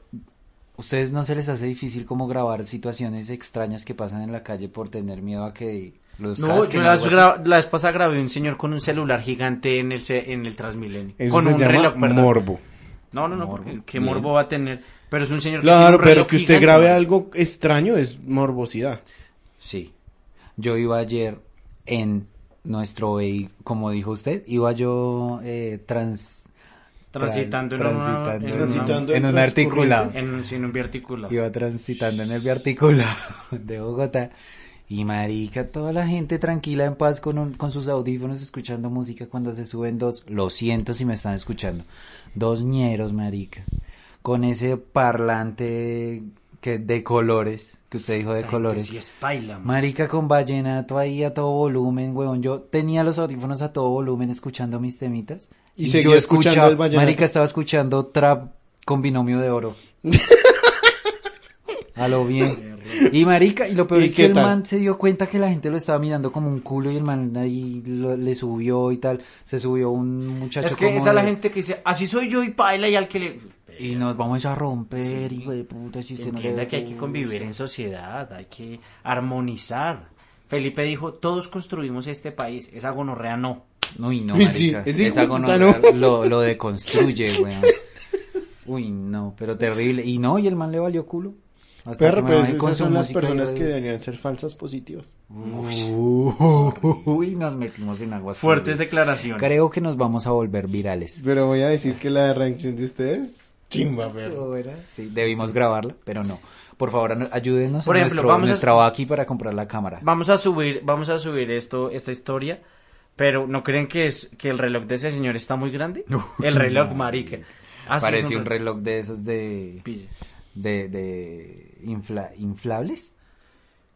B: ¿Ustedes no se les hace difícil como grabar situaciones extrañas que pasan en la calle por tener miedo a que los
A: No,
B: casquen
A: yo
B: o
A: la,
B: algo así?
A: gra- la vez pasada grabé un señor con un celular gigante en el, ce- en el Transmilenio.
E: Eso
A: con
E: se
A: un
E: llama
A: reloj, perdón.
E: morbo.
A: No, no, no,
B: Morbo.
A: porque ¿qué
B: Bien.
A: morbo va a tener? Pero es un señor
E: Claro,
A: que tiene un
E: pero
A: reloj
E: que usted
A: gigante,
E: grabe
A: man.
E: algo extraño es morbosidad.
B: Sí. Yo iba ayer en nuestro vehículo, como dijo usted, iba yo eh, trans...
A: Transitando,
B: tran-
A: en, una-
B: transitando
A: en
B: en,
A: una-
E: transitando
B: en
E: en
B: un articulado.
A: en- sin un biarticulado.
B: Iba transitando en el articulado [LAUGHS] de Bogotá. Y marica, toda la gente tranquila, en paz, con, un- con sus audífonos, escuchando música cuando se suben dos, lo siento si me están escuchando, dos ñeros, marica, con ese parlante que de colores, que usted dijo de
A: Esa gente
B: colores.
A: sí es paila, man.
B: Marica con vallenato ahí a todo volumen, weón. Yo tenía los audífonos a todo volumen escuchando mis temitas.
E: Y seguía escuchando el vallenato.
B: Marica estaba escuchando trap con binomio
E: [LAUGHS]
B: de oro. a lo bien. Y marica, y lo peor
E: ¿Y
B: es que
E: qué
B: el
E: tal?
B: man se dio cuenta que la gente lo estaba mirando como un culo y el man ahí lo- le subió y tal. Se subió un muchacho
A: es que
B: como
A: esa es la
B: de-
A: gente que dice, así soy yo y paila y al que le...
B: Y nos vamos a romper, hijo de puta, si
A: Que
B: usted no le
A: entienda que hay que
B: gusta.
A: convivir en sociedad, hay que armonizar. Felipe dijo, todos construimos este país, esa gonorrea no.
B: Uy, no,
E: Sí,
B: marica.
E: es
B: Esa
E: hijo de puta,
B: gonorrea
E: ¿no?
B: lo, lo deconstruye, weón. Uy, no, pero terrible. Y no, y el man le valió culo. Hasta que
E: Perro,
B: me
E: pero
B: bajé
E: esas
B: su
E: son las
B: música y
E: personas
B: yo-
E: que deberían ser falsas positivas. [LAUGHS]
B: Uy, nos metimos en aguas
A: Fuertes
B: turbias.
A: declaraciones.
B: Creo que nos vamos a volver virales.
E: Pero voy a decir que la reacción de ustedes, chimba, perro.
B: Sí, debimos grabarla, pero no. Por favor, ano- ayúdenos
A: Por
B: en
A: ejemplo,
B: nuestro,
A: vamos a-
B: nuestra Baki para comprar la cámara.
A: Vamos a subir, vamos a subir esto, esta historia, pero ¿no creen que es que el reloj de ese señor está muy grande? el reloj, marica. Ah, sí, es
B: Parece un reloj de esos de...
A: Pille.
B: de, de infla- inflables.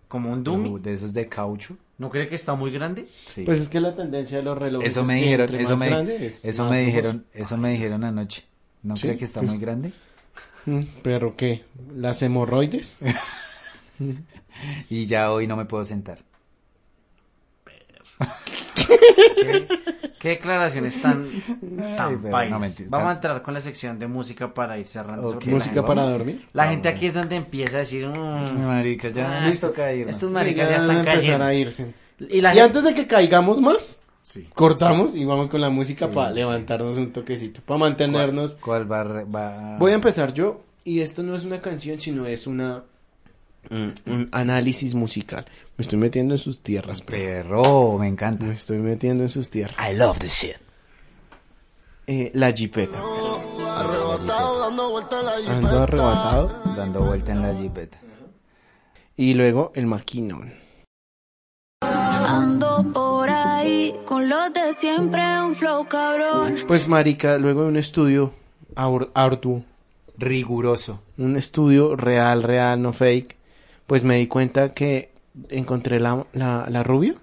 A: Como un
B: Uh,
A: dummy.
B: De esos de caucho.
A: ¿No creen que está muy grande?
B: Sí.
E: Pues es que la tendencia de los relojes
B: Eso
E: es
B: me
E: que
B: dijeron,
E: entre
B: eso
E: más
B: me,
E: grande es
B: eso
E: más
B: me
E: lujoso.
B: dijeron, eso me dijeron anoche. ¿No
E: Sí,
B: cree que está
E: pues-
B: muy grande?
E: Mm, ¿Pero qué? ¿Las hemorroides?
B: Y ya hoy no me puedo sentar.
A: ¿Qué, Qué declaraciones tan,
B: Ay,
A: tan
B: pero
A: pailas.
B: no, mentira,
A: Vamos a
B: tan-
A: entrar con la sección de música para ir cerrando.
B: Ok.
A: sobre la
B: Música
A: gente.
B: para
C: dormir?
A: La gente aquí es donde empieza a decir, "Mm,
B: Marica,
A: ah,
B: ya
A: esto-
B: listo caer.
A: Estos
C: Sí,
A: maricas ya
C: van a
A: están
C: empezar
A: cayendo.
C: a irse.
A: Y la
C: y
A: gente-
C: antes de que caigamos más,
B: Sí.
C: cortamos y vamos con la música
B: Sí,
C: para
B: sí.
C: levantarnos un toquecito, para mantenernos.
B: ¿Cuál va, re- va-
C: Voy a empezar yo, y esto no es una canción, sino es una un, un análisis musical. Me estoy metiendo en sus tierras, pero
B: Perro, me encanta.
C: me estoy metiendo en sus tierras.
B: I love this shit.
C: Eh, la jipeta.
F: Arrebatado, dando vuelta en la
C: Ando
F: jipeta.
C: arrebatado.
B: Dando vuelta en la jipeta.
C: Y luego el maquinón.
G: Ando por ahí con los de siempre, un flow cabrón.
C: Pues marica, luego de un estudio aur- arduo,
B: Riguroso.
C: un estudio real, real, no fake, pues me di cuenta que encontré la, la, la rubia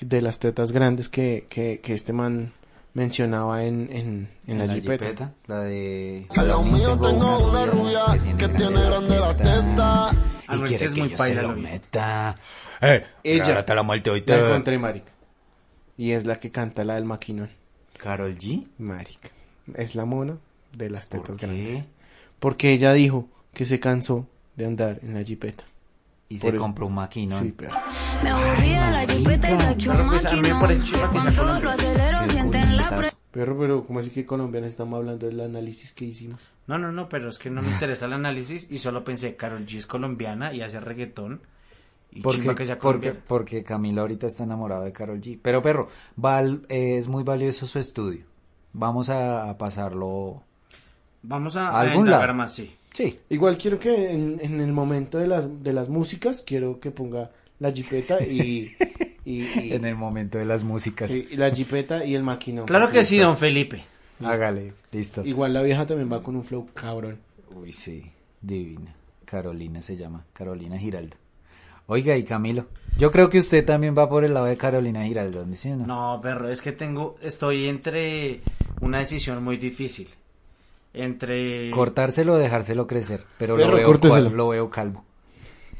C: de las tetas grandes que, que, que este man mencionaba en, en, en la, jipeta.
B: La de.
F: Al lado mío tengo una rubia que tiene grande la teta.
A: Ah, no, ese es muy paila, lo vi.
B: meta. Eh,
C: Ella
B: la muerte hoy.
C: la encontré, marica. Y es la que canta la del maquinón.
B: Carol G.
C: Marica. Es la mona de las
B: ¿Por
C: tetas
B: qué?
C: grandes. Porque ella dijo que se cansó de andar en la jipeta.
B: Y
C: Por
B: se
C: el-
B: compró un maquinón.
C: Sí, pero...
G: Me aburría la jipeta y saqué un
A: pues, a mí me parece
G: maquinón.
A: chimba que sea
G: Cuando
A: colombiano.
G: lo acelero, sienten la presión.
C: Pero, pero, ¿cómo así que colombianos estamos hablando del análisis que hicimos?
A: No, no, no, pero es que no me interesa el análisis y solo pensé, Carol G es colombiana y hace reggaetón. Y
B: Porque,
A: chimba que sea
B: porque,
A: colombiana.
B: porque Camilo ahorita está enamorado de Carol G. Pero perro, val- eh, es muy valioso su estudio. Vamos a, a pasarlo.
A: Vamos a,
B: ¿A
A: a
B: algún
A: indagar
B: lado?
A: más, sí.
B: Sí.
C: Igual quiero que en, en el momento de las, de las músicas, quiero que ponga la jipeta y, y, y-
B: En el momento de las músicas.
C: sí, la jipeta y el maquinón.
A: Claro que sí,
C: Listo.
A: don Felipe.
B: Hágale. Listo.
C: Igual la vieja también va con un flow cabrón.
B: Uy, sí. Divina. Carolina se llama. Carolina Giraldo. Oiga, y Camilo. Yo creo que usted también va por el lado de Carolina Giraldo. ¿no?
C: Mm.
B: ¿Sí o no?
A: No, perro, es que tengo, estoy entre una decisión muy difícil. Entre...
B: Cortárselo o dejárselo crecer. Pero
C: Perro,
B: lo, veo
C: córteselo.
B: cual- lo veo calvo.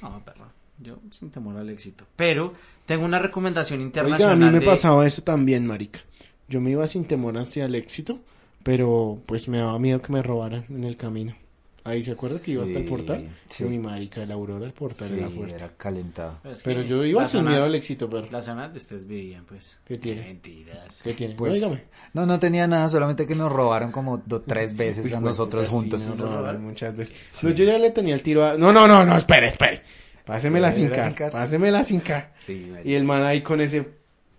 A: No, perro, yo sin temor al éxito. Pero tengo una recomendación
C: Oiga, a
A: internacional
C: mí me
A: de-
C: pasaba eso también, marica. Yo me iba sin temor hacia el éxito, pero pues me daba miedo que me robaran en el camino. Ahí se acuerda que iba hasta el
B: Sí,
C: portal.
B: sí.
C: Sí, mi marica, la aurora, el portal
B: Sí,
C: era fuerte.
B: era calentado.
A: Pero es
C: Pero
A: que
C: yo iba
A: la
C: sin
A: zona-
C: miedo al éxito, pero
A: La zona de ustedes vivían, pues.
C: ¿Qué tiene?
A: Mentiras.
C: ¿qué tiene?
B: Pues,
C: Óigame.
B: no, no tenía nada, solamente que nos robaron como do-
A: [LAUGHS]
B: tres veces a
C: Hijo de
B: nosotros
C: puta,
B: juntos.
C: sí, nos
A: pues, Nos
C: robaron
A: robaron.
C: muchas veces. No, yo ya le tenía el tiro a... No, no, no, no, espere, espere. Páseme la
B: Era
C: cinca,
B: sin car.
C: páseme la cinca.
B: Sí, marica.
C: Y el man ahí con ese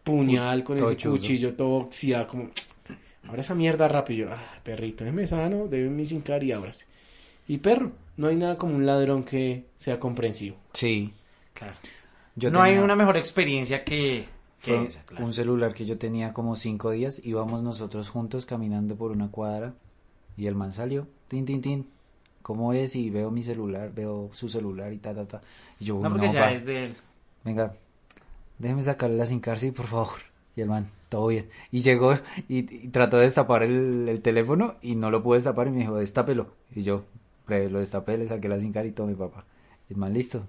C: puñal, con ese
B: Tochuzo.
C: cuchillo todo oxidado, como... Ahora esa mierda rápido. Yo, ah, perrito, déjeme sano, déjeme mi sincar y ábrase. Y perro, no hay nada como un ladrón que sea comprensivo.
B: Sí.
A: Claro.
B: Yo
A: no hay
B: tenía-
A: una mejor experiencia que, que
B: fue
A: esa, claro.
B: un celular que yo tenía como cinco días, íbamos nosotros juntos caminando por una cuadra y el man salió, tin, tin, tin, ¿cómo es? Y veo mi celular, veo su celular y ta, ta, ta. Y yo,
A: No, porque
B: no,
A: ya
B: pa,
A: es de él.
B: venga, déjeme sacarle la sin cárcel, por favor. Y el man, todo bien. Y llegó y, y trató de destapar el, el teléfono y no lo pude destapar y me dijo, destápelo. Y yo, breve, lo destapé, le saqué la sin cara y todo, mi papá. Y el man, listo,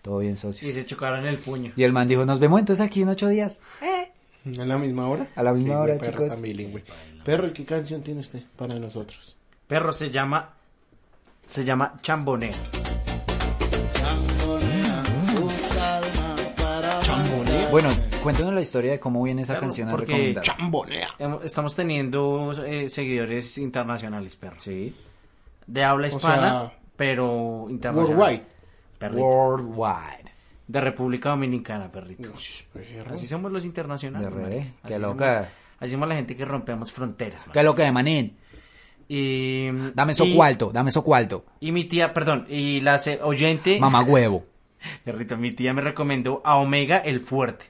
B: todo bien, socio.
A: Y se chocaron el puño.
B: Y el man dijo, nos vemos entonces aquí en ocho días.
C: ¿A la misma hora?
B: A la misma
C: güey,
B: hora,
C: perro,
B: chicos.
C: tan bilingüe. Perro, ¿y qué canción tiene usted para nosotros?
A: Perro se llama. Se llama chambonero.
B: Bueno, cuéntanos la historia de cómo viene esa
A: Claro,
B: canción a
A: porque
B: recomendar.
C: Chambonea.
A: Hemo- Estamos teniendo eh, seguidores internacionales, perro.
B: Sí.
A: De habla
C: sea,
A: hispana, pero internacional.
C: Worldwide.
A: Perrito.
B: Worldwide.
A: De República Dominicana, perrito.
C: Perro.
A: Así somos los internacionales.
B: De re,
A: marica.
B: qué
A: Así
B: loca.
A: somos- Así somos la gente que rompemos fronteras.
B: ¿Qué
A: marica.
B: es lo que, manín?
A: Y,
B: Dame eso
A: y-
B: cuarto, dame eso cuarto.
A: Y mi tía, perdón, y la se- oyente.
B: Mamá huevo.
A: Perrito, mi tía me recomendó a Omega El Fuerte,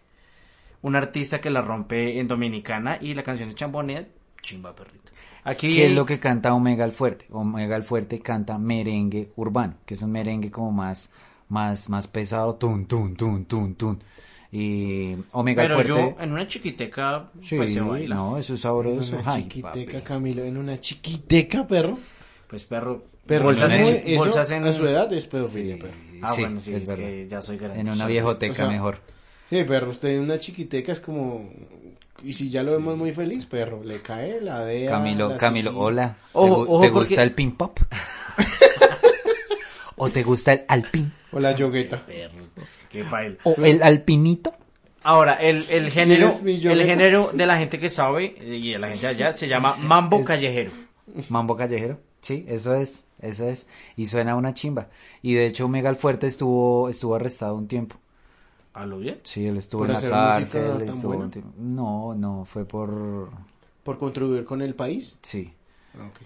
A: un artista que la rompe en Dominicana y la canción de Chambonea, chimba, perrito. Aquí
B: ¿Qué es lo que canta Omega el Fuerte? Omega el Fuerte canta merengue urbano, que es un merengue como más, más, más pesado, tun, tun, tun, tun, tun. Y Omega
A: Pero
B: el Fuerte.
A: yo en una chiquiteca
B: Sí,
A: pues se baila.
B: no, eso es
C: En
B: sabroso.
C: una
B: Ay,
C: chiquiteca,
B: papi.
C: Camilo, en una chiquiteca, perro.
A: Pues perro,
C: Perro,
A: bolsas,
C: eso-
A: en,
C: eso
A: bolsas en-
C: a su edad es pedofilia,
B: Sí,
C: perro.
A: Ah,
B: sí,
A: bueno, sí,
B: es
A: es,
B: verdad.
A: que ya soy grande.
B: En una
A: ya.
B: viejoteca
C: O sea,
B: mejor.
C: Sí, perro, usted en una chiquiteca es como Y si ya lo vemos muy feliz, perro, le cae la de...
B: Camilo, Camilo, hola. ¿Te
A: Ojo,
B: gu- ¿Te,
A: ojo, porque-
B: gusta el pin pop? [LAUGHS] ¿O te gusta el alpin?
C: Hola, yogueta.
A: Qué paila.
B: ¿O el alpinito?
A: Ahora, el, el género,
C: ¿Quieres mi
A: el
C: Yolanda?
A: género de la gente que sabe eh, y de la gente allá se llama mambo
B: Es-
A: callejero.
B: Mambo callejero. Sí, eso es, eso es. Y suena una chimba. Y de hecho Mega Fuerte estuvo, estuvo arrestado un tiempo.
A: ¿A lo bien?
B: Sí, él estuvo
C: ¿Por
B: en la
C: hacer música
B: cárcel.
C: tan
B: estuvo
C: buena?
B: un tiempo- No, no, fue por...
C: ¿Por contribuir con el país?
B: Sí.
C: Ok.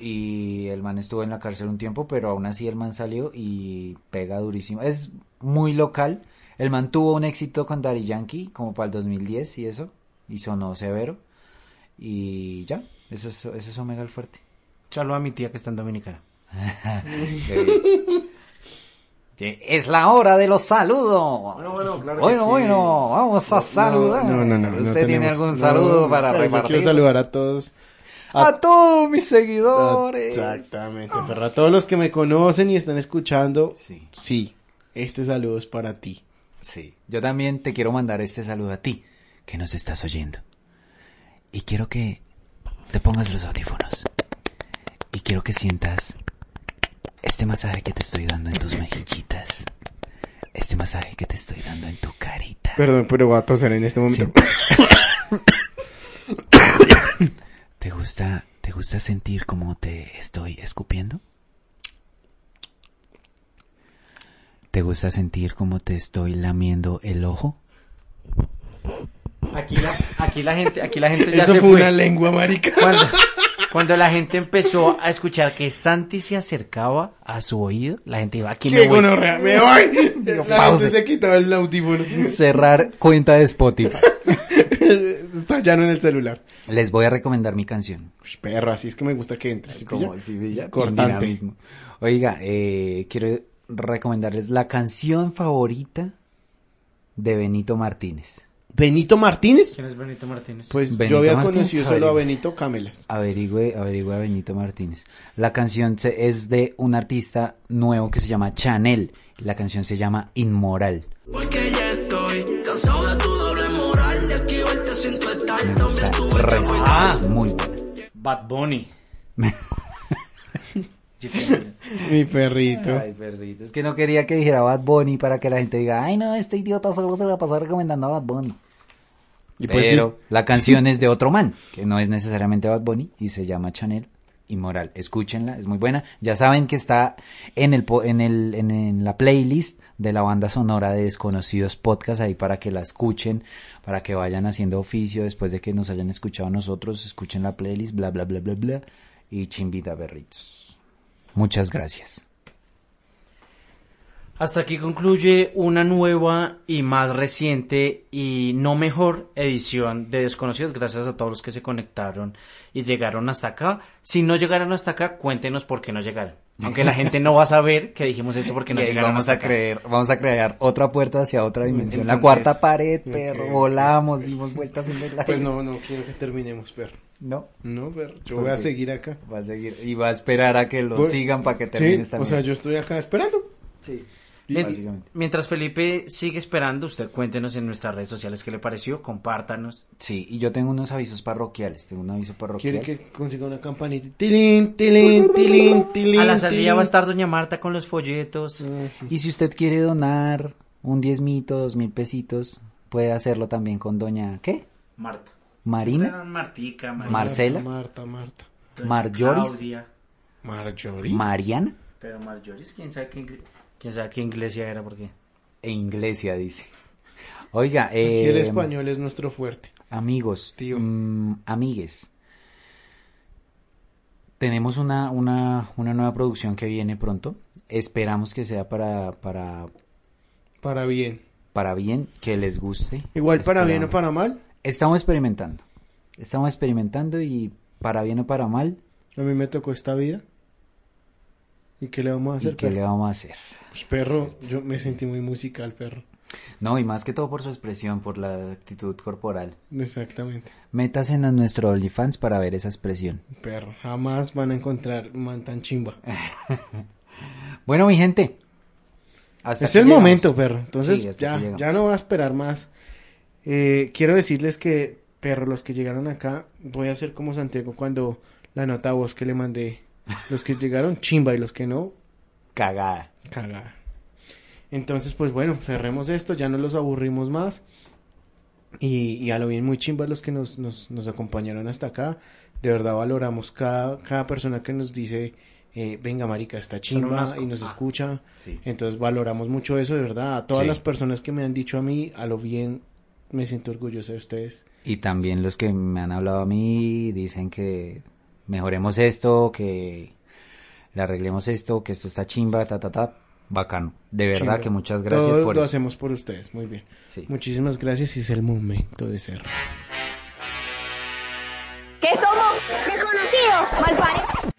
B: Y el man estuvo en la cárcel un tiempo, pero aún así el man salió y pega durísimo. Es muy local. El man tuvo un éxito con Daddy Yankee, como para el 2010 y eso. Y sonó severo. Y ya, eso es, eso es Omega el Fuerte.
A: Saludo a mi tía que está en Dominicana.
B: Sí, Es la hora de los saludos. Bueno, bueno, bueno, vamos a saludar.
C: No, no, no. no
B: ¿Usted tiene
C: tenemos-
B: algún
C: no,
B: saludo
C: no,
B: para
C: yo
B: repartir?
C: quiero saludar a todos.
B: a,
C: a-
B: todos mis seguidores.
C: Exactamente, perro. A todos los que me conocen y están escuchando,
B: Sí,
C: sí, este saludo es para ti.
B: sí. Yo también te quiero mandar este saludo a ti, que nos estás oyendo. Y quiero que te pongas los audífonos. Y quiero que sientas este masaje que te estoy dando en tus mejillitas. Este masaje que te estoy dando en tu carita.
C: Perdón, pero voy a toser en este momento.
B: [COUGHS] ¿Te gusta, te gusta sentir cómo te estoy escupiendo? ¿Te gusta sentir cómo te estoy lamiendo el ojo?
A: Aquí la, aquí la gente, aquí la gente ya
C: Eso
A: se
C: fue,
A: fue.
C: una lengua, marica.
A: Cuando, cuando la gente empezó a escuchar que Santi se acercaba a su oído, la gente iba aquí me
C: ¡Qué
A: voy.
C: gonorrea! ¡Me voy! La
B: pause.
C: gente se quitaba el [LAUGHS] audífono.
B: Cerrar cuenta de Spotify.
C: Está llano en el celular.
B: Les voy a recomendar mi canción.
C: Ush, Pues, perro, así es que me gusta que entres. ¿sí pilla?
B: ya,
C: Cortante.
B: dinamismo. Oiga, eh, quiero recomendarles la canción favorita de Benito Martínez.
C: ¿Benito Martínez?
A: ¿Quién es Benito Martínez?
C: Pues
B: Benito
C: yo había
B: Martínez,
C: conocido solo a
B: Javier.
C: Benito Camelas.
B: Averigüe, averigüe a Benito Martínez. La canción se- es de un artista nuevo que se llama Chanel. La canción se llama Inmoral.
H: Porque ya estoy cansado de tu doble moral, de aquí verte sin tu estar.
B: Me gusta. resto.
A: Ah.
B: Es Muy buena.
A: Bad [LAUGHS] Bunny.
C: Mi perrito.
B: Ay, perrito. Es que no quería que dijera Bad Bunny para que la gente diga, ay, no, este idiota solo se la pasó recomendando a Bad Bunny.
C: Y pues
B: Pero la canción es de otro man, que no es necesariamente Bad Bunny, y se llama Chanel Inmoral. Escúchenla, es muy buena. Ya saben que está en el po- en el en, en la playlist de la banda sonora de Desconocidos Podcast ahí para que la escuchen, para que vayan haciendo oficio después de que nos hayan escuchado nosotros, escuchen la playlist, bla bla bla bla bla y chimbita perritos. Muchas gracias.
A: Hasta aquí concluye una nueva y más reciente y no mejor edición de Desconocidos. Gracias a todos los que se conectaron y llegaron hasta acá. Si no llegaron hasta acá, cuéntenos por qué no llegaron. Aunque la gente no va a saber que dijimos esto porque no
B: [LAUGHS] Y ahí
A: llegaron
B: vamos
A: hasta
B: a
A: acá.
B: creer, vamos a crear otra puerta hacia otra dimensión, la
C: Entonces,
B: cuarta pared, perro,
C: ok.
B: volamos, dimos vueltas en el aire.
C: Pues no, no quiero que terminemos, perro.
B: No.
C: No, perro. Yo
B: ¿Por
C: voy a
B: qué?
C: seguir acá.
B: Va a seguir y va a esperar a que lo
C: Voy-
B: sigan para que termine
C: Sí,
B: esta
C: o sea,
B: mierda.
C: yo estoy acá esperando.
B: Sí.
A: Mien-
B: Básicamente.
A: Mientras Felipe sigue esperando, usted cuéntenos en nuestras redes sociales qué le pareció, compártanos.
B: Sí, y yo tengo unos avisos parroquiales, tengo un aviso
C: Quiere
B: parroquial.
C: que consiga una campanita. Tilín, tilín, tilín, tilín.
A: A la salida
C: tilín.
A: va a estar Doña Marta con los folletos.
C: Ah, sí.
B: Y si usted quiere donar un diezmito, dos mil pesitos, puede hacerlo también con doña, ¿qué?
A: Marta.
B: Marina,
A: Martica, Marina,
B: Mar- Marcela.
C: Marta, Marta.
A: Doña
B: Marjoris.
A: Claudia.
C: Marjorie.
B: Mariana
A: Pero Marjoris, quién sabe qué, ingle- quién sabe qué iglesia era, porque.
B: e Inglesia, dice. Oiga,
C: Aquí el
B: eh,
C: español es nuestro fuerte.
B: amigos,
C: Tío.
B: mm, amigues, tenemos una, una, una nueva producción que viene pronto. Esperamos que sea para, para,
C: Para bien.
B: para bien, que les guste.
C: Igual para
B: Esperamos.
C: bien o para mal.
B: Estamos experimentando. Estamos experimentando y para bien o para mal,
C: A mí me tocó esta vida. ¿Y qué le vamos a
B: ¿y
C: hacer?
B: qué
C: perro?
B: le vamos a hacer?
C: Pues, perro, yo me sentí muy musical, perro.
B: No, y más que todo por su expresión, por la actitud corporal.
C: Exactamente.
B: Métase en nuestro OnlyFans para ver esa expresión.
C: Perro, jamás van a encontrar un man tan
B: [LAUGHS]
C: chimba.
B: Bueno, mi gente. hasta
C: es
B: aquí
C: el
B: llegamos.
C: momento, perro. Entonces,
B: Sí, hasta aquí
C: ya,
B: llegamos.
C: ya no va a esperar más. Eh, quiero decirles que Perro, los que llegaron acá, voy a hacer como Santiago cuando la nota a vos que le mandé.
B: [LAUGHS]
C: Los que llegaron, chimba, y los que no,
B: Cagada.
C: Cagada. Entonces, pues bueno, cerremos esto, ya no los aburrimos más. Y, y a lo bien muy chimba los que nos, nos, nos acompañaron hasta acá. De verdad valoramos cada, cada persona que nos dice, eh, venga marica, está chimba
A: unas-
C: y nos
A: ah,
C: escucha.
B: sí.
C: Entonces valoramos mucho eso, de verdad. A todas
B: Sí.
C: las personas que me han dicho a mí, a lo bien me siento orgulloso de ustedes.
B: Y también los que me han hablado a mí dicen que mejoremos esto, que le arreglemos esto, que esto está chimba, ta, ta, ta. Bacano. De verdad
C: Chimba.
B: que muchas gracias
C: Todo
B: por
C: lo
B: eso.
C: hacemos por ustedes, muy bien.
B: Sí.
C: Muchísimas gracias y es el momento de cerrar.
D: ¿Qué somos? Desconocidos, malparidos.